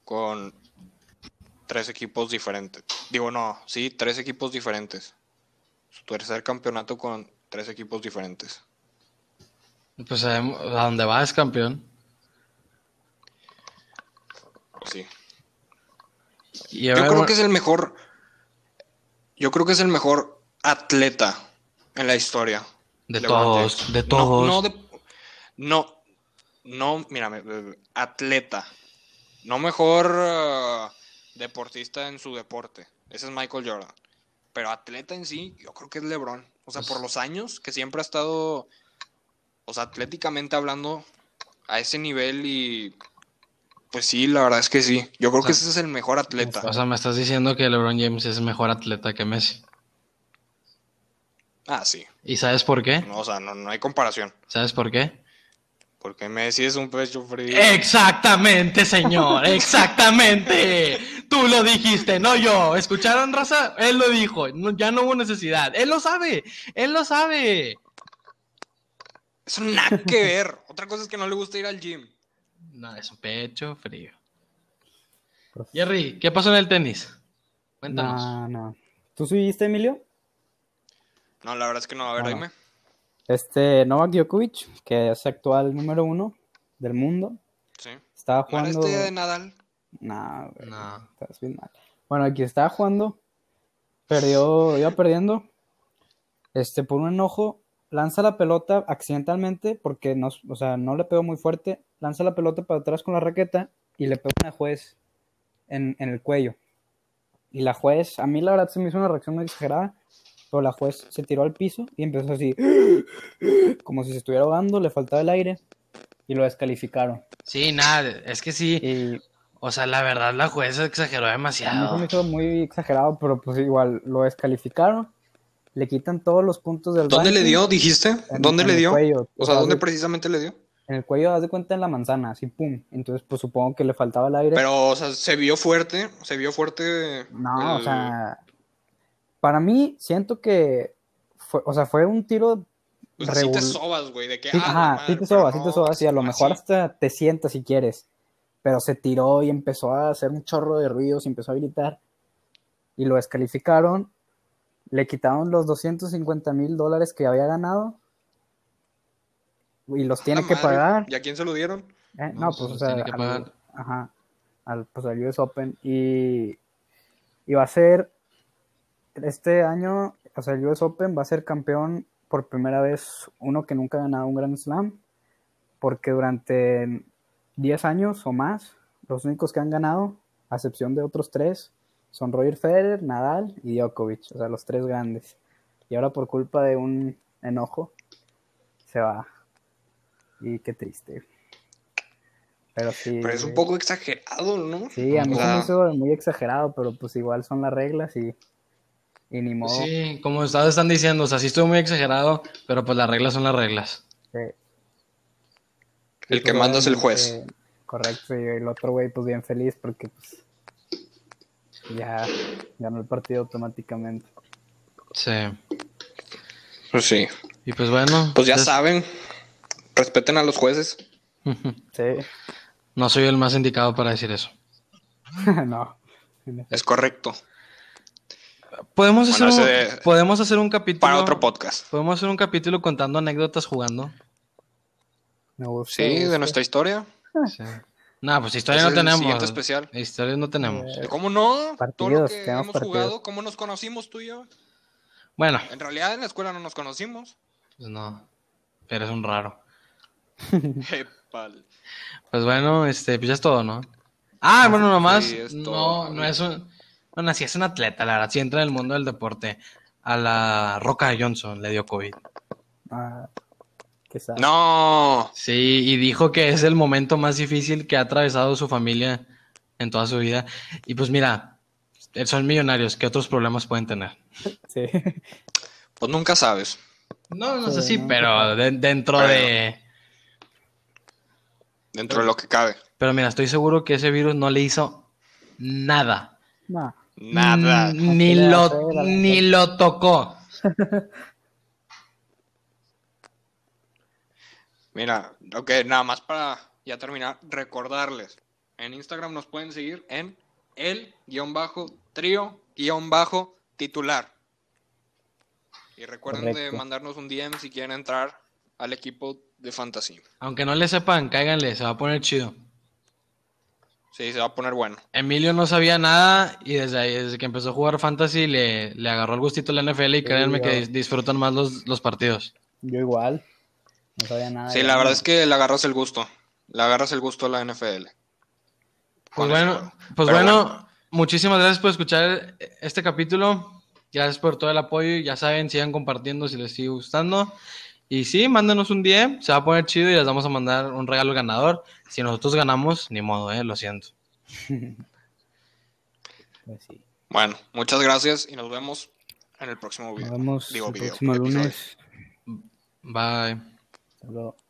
[SPEAKER 2] con tres equipos diferentes. Digo, no, sí, tres equipos diferentes. Su tercer campeonato con tres equipos diferentes.
[SPEAKER 1] Pues sabemos- a donde va es campeón.
[SPEAKER 2] Sí.
[SPEAKER 1] Y a ver,
[SPEAKER 2] Yo creo
[SPEAKER 1] bueno,
[SPEAKER 2] que es el mejor. Yo creo que es el mejor atleta en la historia.
[SPEAKER 1] De
[SPEAKER 2] LeBron
[SPEAKER 1] todos,
[SPEAKER 2] James.
[SPEAKER 1] de
[SPEAKER 2] No-
[SPEAKER 1] todos.
[SPEAKER 2] No, de- no, no, mírame, eh, atleta. No mejor eh, deportista en su deporte. Ese es Michael Jordan. Pero atleta en sí, yo creo que es LeBron. O sea,
[SPEAKER 1] Pues-
[SPEAKER 2] por los años que siempre ha estado, o sea, atléticamente hablando, a ese nivel y... Pues sí, la verdad es que sí. Yo creo
[SPEAKER 1] sea,
[SPEAKER 2] que ese es el mejor atleta.
[SPEAKER 1] O sea, me estás diciendo que LeBron James es mejor atleta que Messi.
[SPEAKER 2] Ah, sí.
[SPEAKER 1] ¿Y sabes por qué?
[SPEAKER 2] No, o sea, no, no hay comparación.
[SPEAKER 1] ¿Sabes por qué?
[SPEAKER 2] Porque Messi es un pecho frío.
[SPEAKER 1] Eh, Exactamente,
[SPEAKER 2] <laughs>
[SPEAKER 1] señor, exactamente. Tú lo dijiste, no yo. ¿Escucharon, raza? Él lo dijo, no- ya no hubo necesidad. Él lo sabe, él lo sabe.
[SPEAKER 2] Eso nada que
[SPEAKER 3] <laughs>
[SPEAKER 2] ver. Otra cosa es que no le gusta ir al gym.
[SPEAKER 1] No, es un pecho frío. Jerry, ¿qué pasó en el tenis? Cuéntanos.
[SPEAKER 3] No, no. ¿Tú subiste, Emilio?
[SPEAKER 2] No, la verdad es que no. A ver,
[SPEAKER 3] Ah.
[SPEAKER 2] dime.
[SPEAKER 3] Este Novak Djokovic, que es actual número uno del mundo,
[SPEAKER 2] Sí.
[SPEAKER 3] estaba
[SPEAKER 2] Mira
[SPEAKER 3] jugando.
[SPEAKER 2] este de Nadal.
[SPEAKER 3] Nah, güey,
[SPEAKER 1] No.
[SPEAKER 3] estás bien mal. Bueno, aquí estaba jugando. Perdió, iba perdiendo. Este, por un enojo, lanza la pelota accidentalmente, porque no, o sea, no le pegó muy fuerte. Lanza la pelota para atrás con la raqueta y le pega una juez en, en el cuello. Y la juez, a mí la verdad se me hizo una reacción muy exagerada, pero la juez se tiró al piso y empezó así, como si se estuviera ahogando, le faltaba el aire y lo descalificaron.
[SPEAKER 1] Sí, nada, es que sí.
[SPEAKER 3] Y
[SPEAKER 1] O sea, la verdad, la jueza exageró
[SPEAKER 3] A mí se me
[SPEAKER 1] demasiado.
[SPEAKER 3] hizo muy exagerado, pero pues igual lo descalificaron. Le quitan todos los puntos del
[SPEAKER 2] ¿Dónde le
[SPEAKER 3] ranking.
[SPEAKER 2] dio? ¿Dijiste?
[SPEAKER 3] En-
[SPEAKER 2] ¿Dónde
[SPEAKER 3] en
[SPEAKER 2] le
[SPEAKER 3] el
[SPEAKER 2] dio?
[SPEAKER 3] cuello.
[SPEAKER 2] O sea, ¿dónde
[SPEAKER 3] haz de-
[SPEAKER 2] precisamente le dio?
[SPEAKER 3] En el cuello, haz de cuenta en la manzana, así pum. Entonces, pues supongo que le faltaba el aire.
[SPEAKER 2] Pero, o sea, se vio fuerte. Se vio fuerte. pues,
[SPEAKER 3] no, o
[SPEAKER 2] el-
[SPEAKER 3] sea, para mí siento que fue, o sea, fue un tiro
[SPEAKER 2] O sea, sí te
[SPEAKER 3] revol-
[SPEAKER 2] sobas, güey. De que.
[SPEAKER 3] Sí,
[SPEAKER 2] ah, la
[SPEAKER 3] ajá,
[SPEAKER 2] madre,
[SPEAKER 3] sí te
[SPEAKER 2] pero
[SPEAKER 3] sobas, sí
[SPEAKER 2] no,
[SPEAKER 3] te sobas, y a lo
[SPEAKER 2] así.
[SPEAKER 3] mejor hasta te sientas si quieres. Pero se tiró y empezó a hacer un chorro de ruidos y empezó a gritar. y lo descalificaron, le quitaron los 250 mil dólares que había ganado y los tiene
[SPEAKER 2] ¡Ah,
[SPEAKER 3] que
[SPEAKER 2] madre!
[SPEAKER 3] pagar.
[SPEAKER 2] ¿Y a quién se lo dieron?
[SPEAKER 3] Eh,
[SPEAKER 1] No,
[SPEAKER 3] No,
[SPEAKER 1] pues
[SPEAKER 3] pues, o
[SPEAKER 1] los
[SPEAKER 3] sea,
[SPEAKER 1] tiene que
[SPEAKER 3] al-
[SPEAKER 1] pagar.
[SPEAKER 3] ajá, al, pues, al US Open y, y va a ser este año, o sea, el US Open va a ser campeón por primera vez uno que nunca ha ganado un Grand Slam, porque durante 10 años o más, los únicos que han ganado, a excepción de otros tres, son Roger Federer, Nadal y Djokovic, o sea, los tres grandes. Y ahora por culpa de un enojo, se va. Y qué triste. Pero sí.
[SPEAKER 2] Pero es un
[SPEAKER 3] güey.
[SPEAKER 2] poco exagerado, ¿no?
[SPEAKER 3] Sí, a mí
[SPEAKER 2] O
[SPEAKER 3] se
[SPEAKER 2] sea,
[SPEAKER 3] me hizo muy exagerado, pero pues igual son las reglas y, y ni modo.
[SPEAKER 1] Sí, como ustedes están diciendo, o sea, sí estuvo muy exagerado, pero pues las reglas son las reglas.
[SPEAKER 3] Eh,
[SPEAKER 2] El
[SPEAKER 3] y,
[SPEAKER 2] que
[SPEAKER 3] pues,
[SPEAKER 2] manda es el juez.
[SPEAKER 3] obviamente, correcto, y el otro güey pues bien feliz porque pues ya ganó el partido automáticamente.
[SPEAKER 1] Sí.
[SPEAKER 2] Pues sí.
[SPEAKER 1] Y pues bueno,
[SPEAKER 2] Pues ya
[SPEAKER 1] des-
[SPEAKER 2] saben. Respeten a los jueces.
[SPEAKER 3] Sí, <laughs>
[SPEAKER 1] no soy el más indicado para decir eso.
[SPEAKER 3] no.
[SPEAKER 2] Es correcto.
[SPEAKER 1] Podemos hacer,
[SPEAKER 2] Bueno,
[SPEAKER 1] un,
[SPEAKER 2] ese-
[SPEAKER 1] podemos hacer un capítulo.
[SPEAKER 2] Para otro podcast.
[SPEAKER 1] Podemos hacer un capítulo contando anécdotas jugando.
[SPEAKER 3] Me gusta.
[SPEAKER 2] Sí, de nuestra historia.
[SPEAKER 1] Sí. No, pues historia
[SPEAKER 2] Ese
[SPEAKER 1] no
[SPEAKER 2] es el
[SPEAKER 1] tenemos.
[SPEAKER 2] siguiente especial.
[SPEAKER 1] Historia no
[SPEAKER 3] Eh.
[SPEAKER 1] tenemos.
[SPEAKER 2] ¿Cómo no? Todo lo
[SPEAKER 3] Partidos,
[SPEAKER 2] que
[SPEAKER 3] tenemos
[SPEAKER 2] hemos
[SPEAKER 3] partidos.
[SPEAKER 2] jugado, cómo nos conocimos tú y yo.
[SPEAKER 1] Bueno,
[SPEAKER 2] En realidad en la escuela no nos
[SPEAKER 3] <laughs>
[SPEAKER 2] conocimos.
[SPEAKER 1] pues no. Pero es un raro.
[SPEAKER 2] Épale.
[SPEAKER 1] Pues bueno, este, pues ya es todo, ¿no? Ah, bueno, nomás.
[SPEAKER 2] Sí, es
[SPEAKER 1] no,
[SPEAKER 2] todo.
[SPEAKER 1] no es un. Bueno, sí es un atleta, la verdad. Sí entra en el mundo del deporte. A la Roca Johnson le dio COVID.
[SPEAKER 3] Ah, qué sad.
[SPEAKER 2] No.
[SPEAKER 1] Sí, y dijo que es el momento más difícil que ha atravesado su familia en toda su vida. Y pues mira, son millonarios, ¿qué otros problemas pueden tener?
[SPEAKER 3] Sí. <laughs>
[SPEAKER 2] Pues nunca sabes.
[SPEAKER 1] No, no
[SPEAKER 3] Sí,
[SPEAKER 1] sé si,
[SPEAKER 3] no,
[SPEAKER 1] pero de- dentro
[SPEAKER 2] Pero-
[SPEAKER 1] de...
[SPEAKER 2] Dentro de lo que cabe.
[SPEAKER 1] Pero mira, estoy seguro que ese virus no le hizo nada.
[SPEAKER 3] No.
[SPEAKER 2] Nada.
[SPEAKER 1] Mm, Ni
[SPEAKER 3] Así le
[SPEAKER 1] lo,
[SPEAKER 3] hace la-
[SPEAKER 1] ni lo tocó.
[SPEAKER 2] Mira, ok, nada más para ya terminar, recordarles. En Instagram nos pueden seguir en el guión bajo trío guión bajo titular. Y recuerden de
[SPEAKER 3] Correcto.
[SPEAKER 2] mandarnos un DM si quieren entrar al equipo de fantasy.
[SPEAKER 1] Aunque no le sepan, cáiganle, se va a poner chido.
[SPEAKER 2] Sí, se va a poner bueno.
[SPEAKER 1] Emilio no sabía nada y desde ahí, desde que empezó a jugar fantasy le, le agarró el gustito a la NFL y
[SPEAKER 3] Sí,
[SPEAKER 1] créanme que
[SPEAKER 3] yo-
[SPEAKER 1] dis- disfrutan más los, los partidos.
[SPEAKER 3] Yo igual. No sabía nada.
[SPEAKER 2] Sí,
[SPEAKER 3] de
[SPEAKER 2] la
[SPEAKER 3] nada.
[SPEAKER 2] verdad es que le agarras el gusto. Le agarras el gusto a la NFL.
[SPEAKER 1] Pues
[SPEAKER 2] Con
[SPEAKER 1] bueno,
[SPEAKER 2] eso.
[SPEAKER 1] pues
[SPEAKER 2] Pero
[SPEAKER 1] bueno, muchísimas gracias por escuchar este capítulo. Gracias por todo el apoyo. y Ya saben, sigan compartiendo si les sigue gustando. Y sí, mándenos un DM, se va a poner chido y les vamos a mandar un regalo ganador. Si nosotros ganamos, ni modo, eh, lo siento.
[SPEAKER 3] Pues sí.
[SPEAKER 2] Bueno, muchas gracias y nos vemos en el próximo
[SPEAKER 3] Nos
[SPEAKER 2] video.
[SPEAKER 3] vemos
[SPEAKER 2] Digo,
[SPEAKER 3] el
[SPEAKER 2] video,
[SPEAKER 3] próximo
[SPEAKER 2] episodio.
[SPEAKER 3] lunes.
[SPEAKER 1] Bye.
[SPEAKER 3] Hasta luego.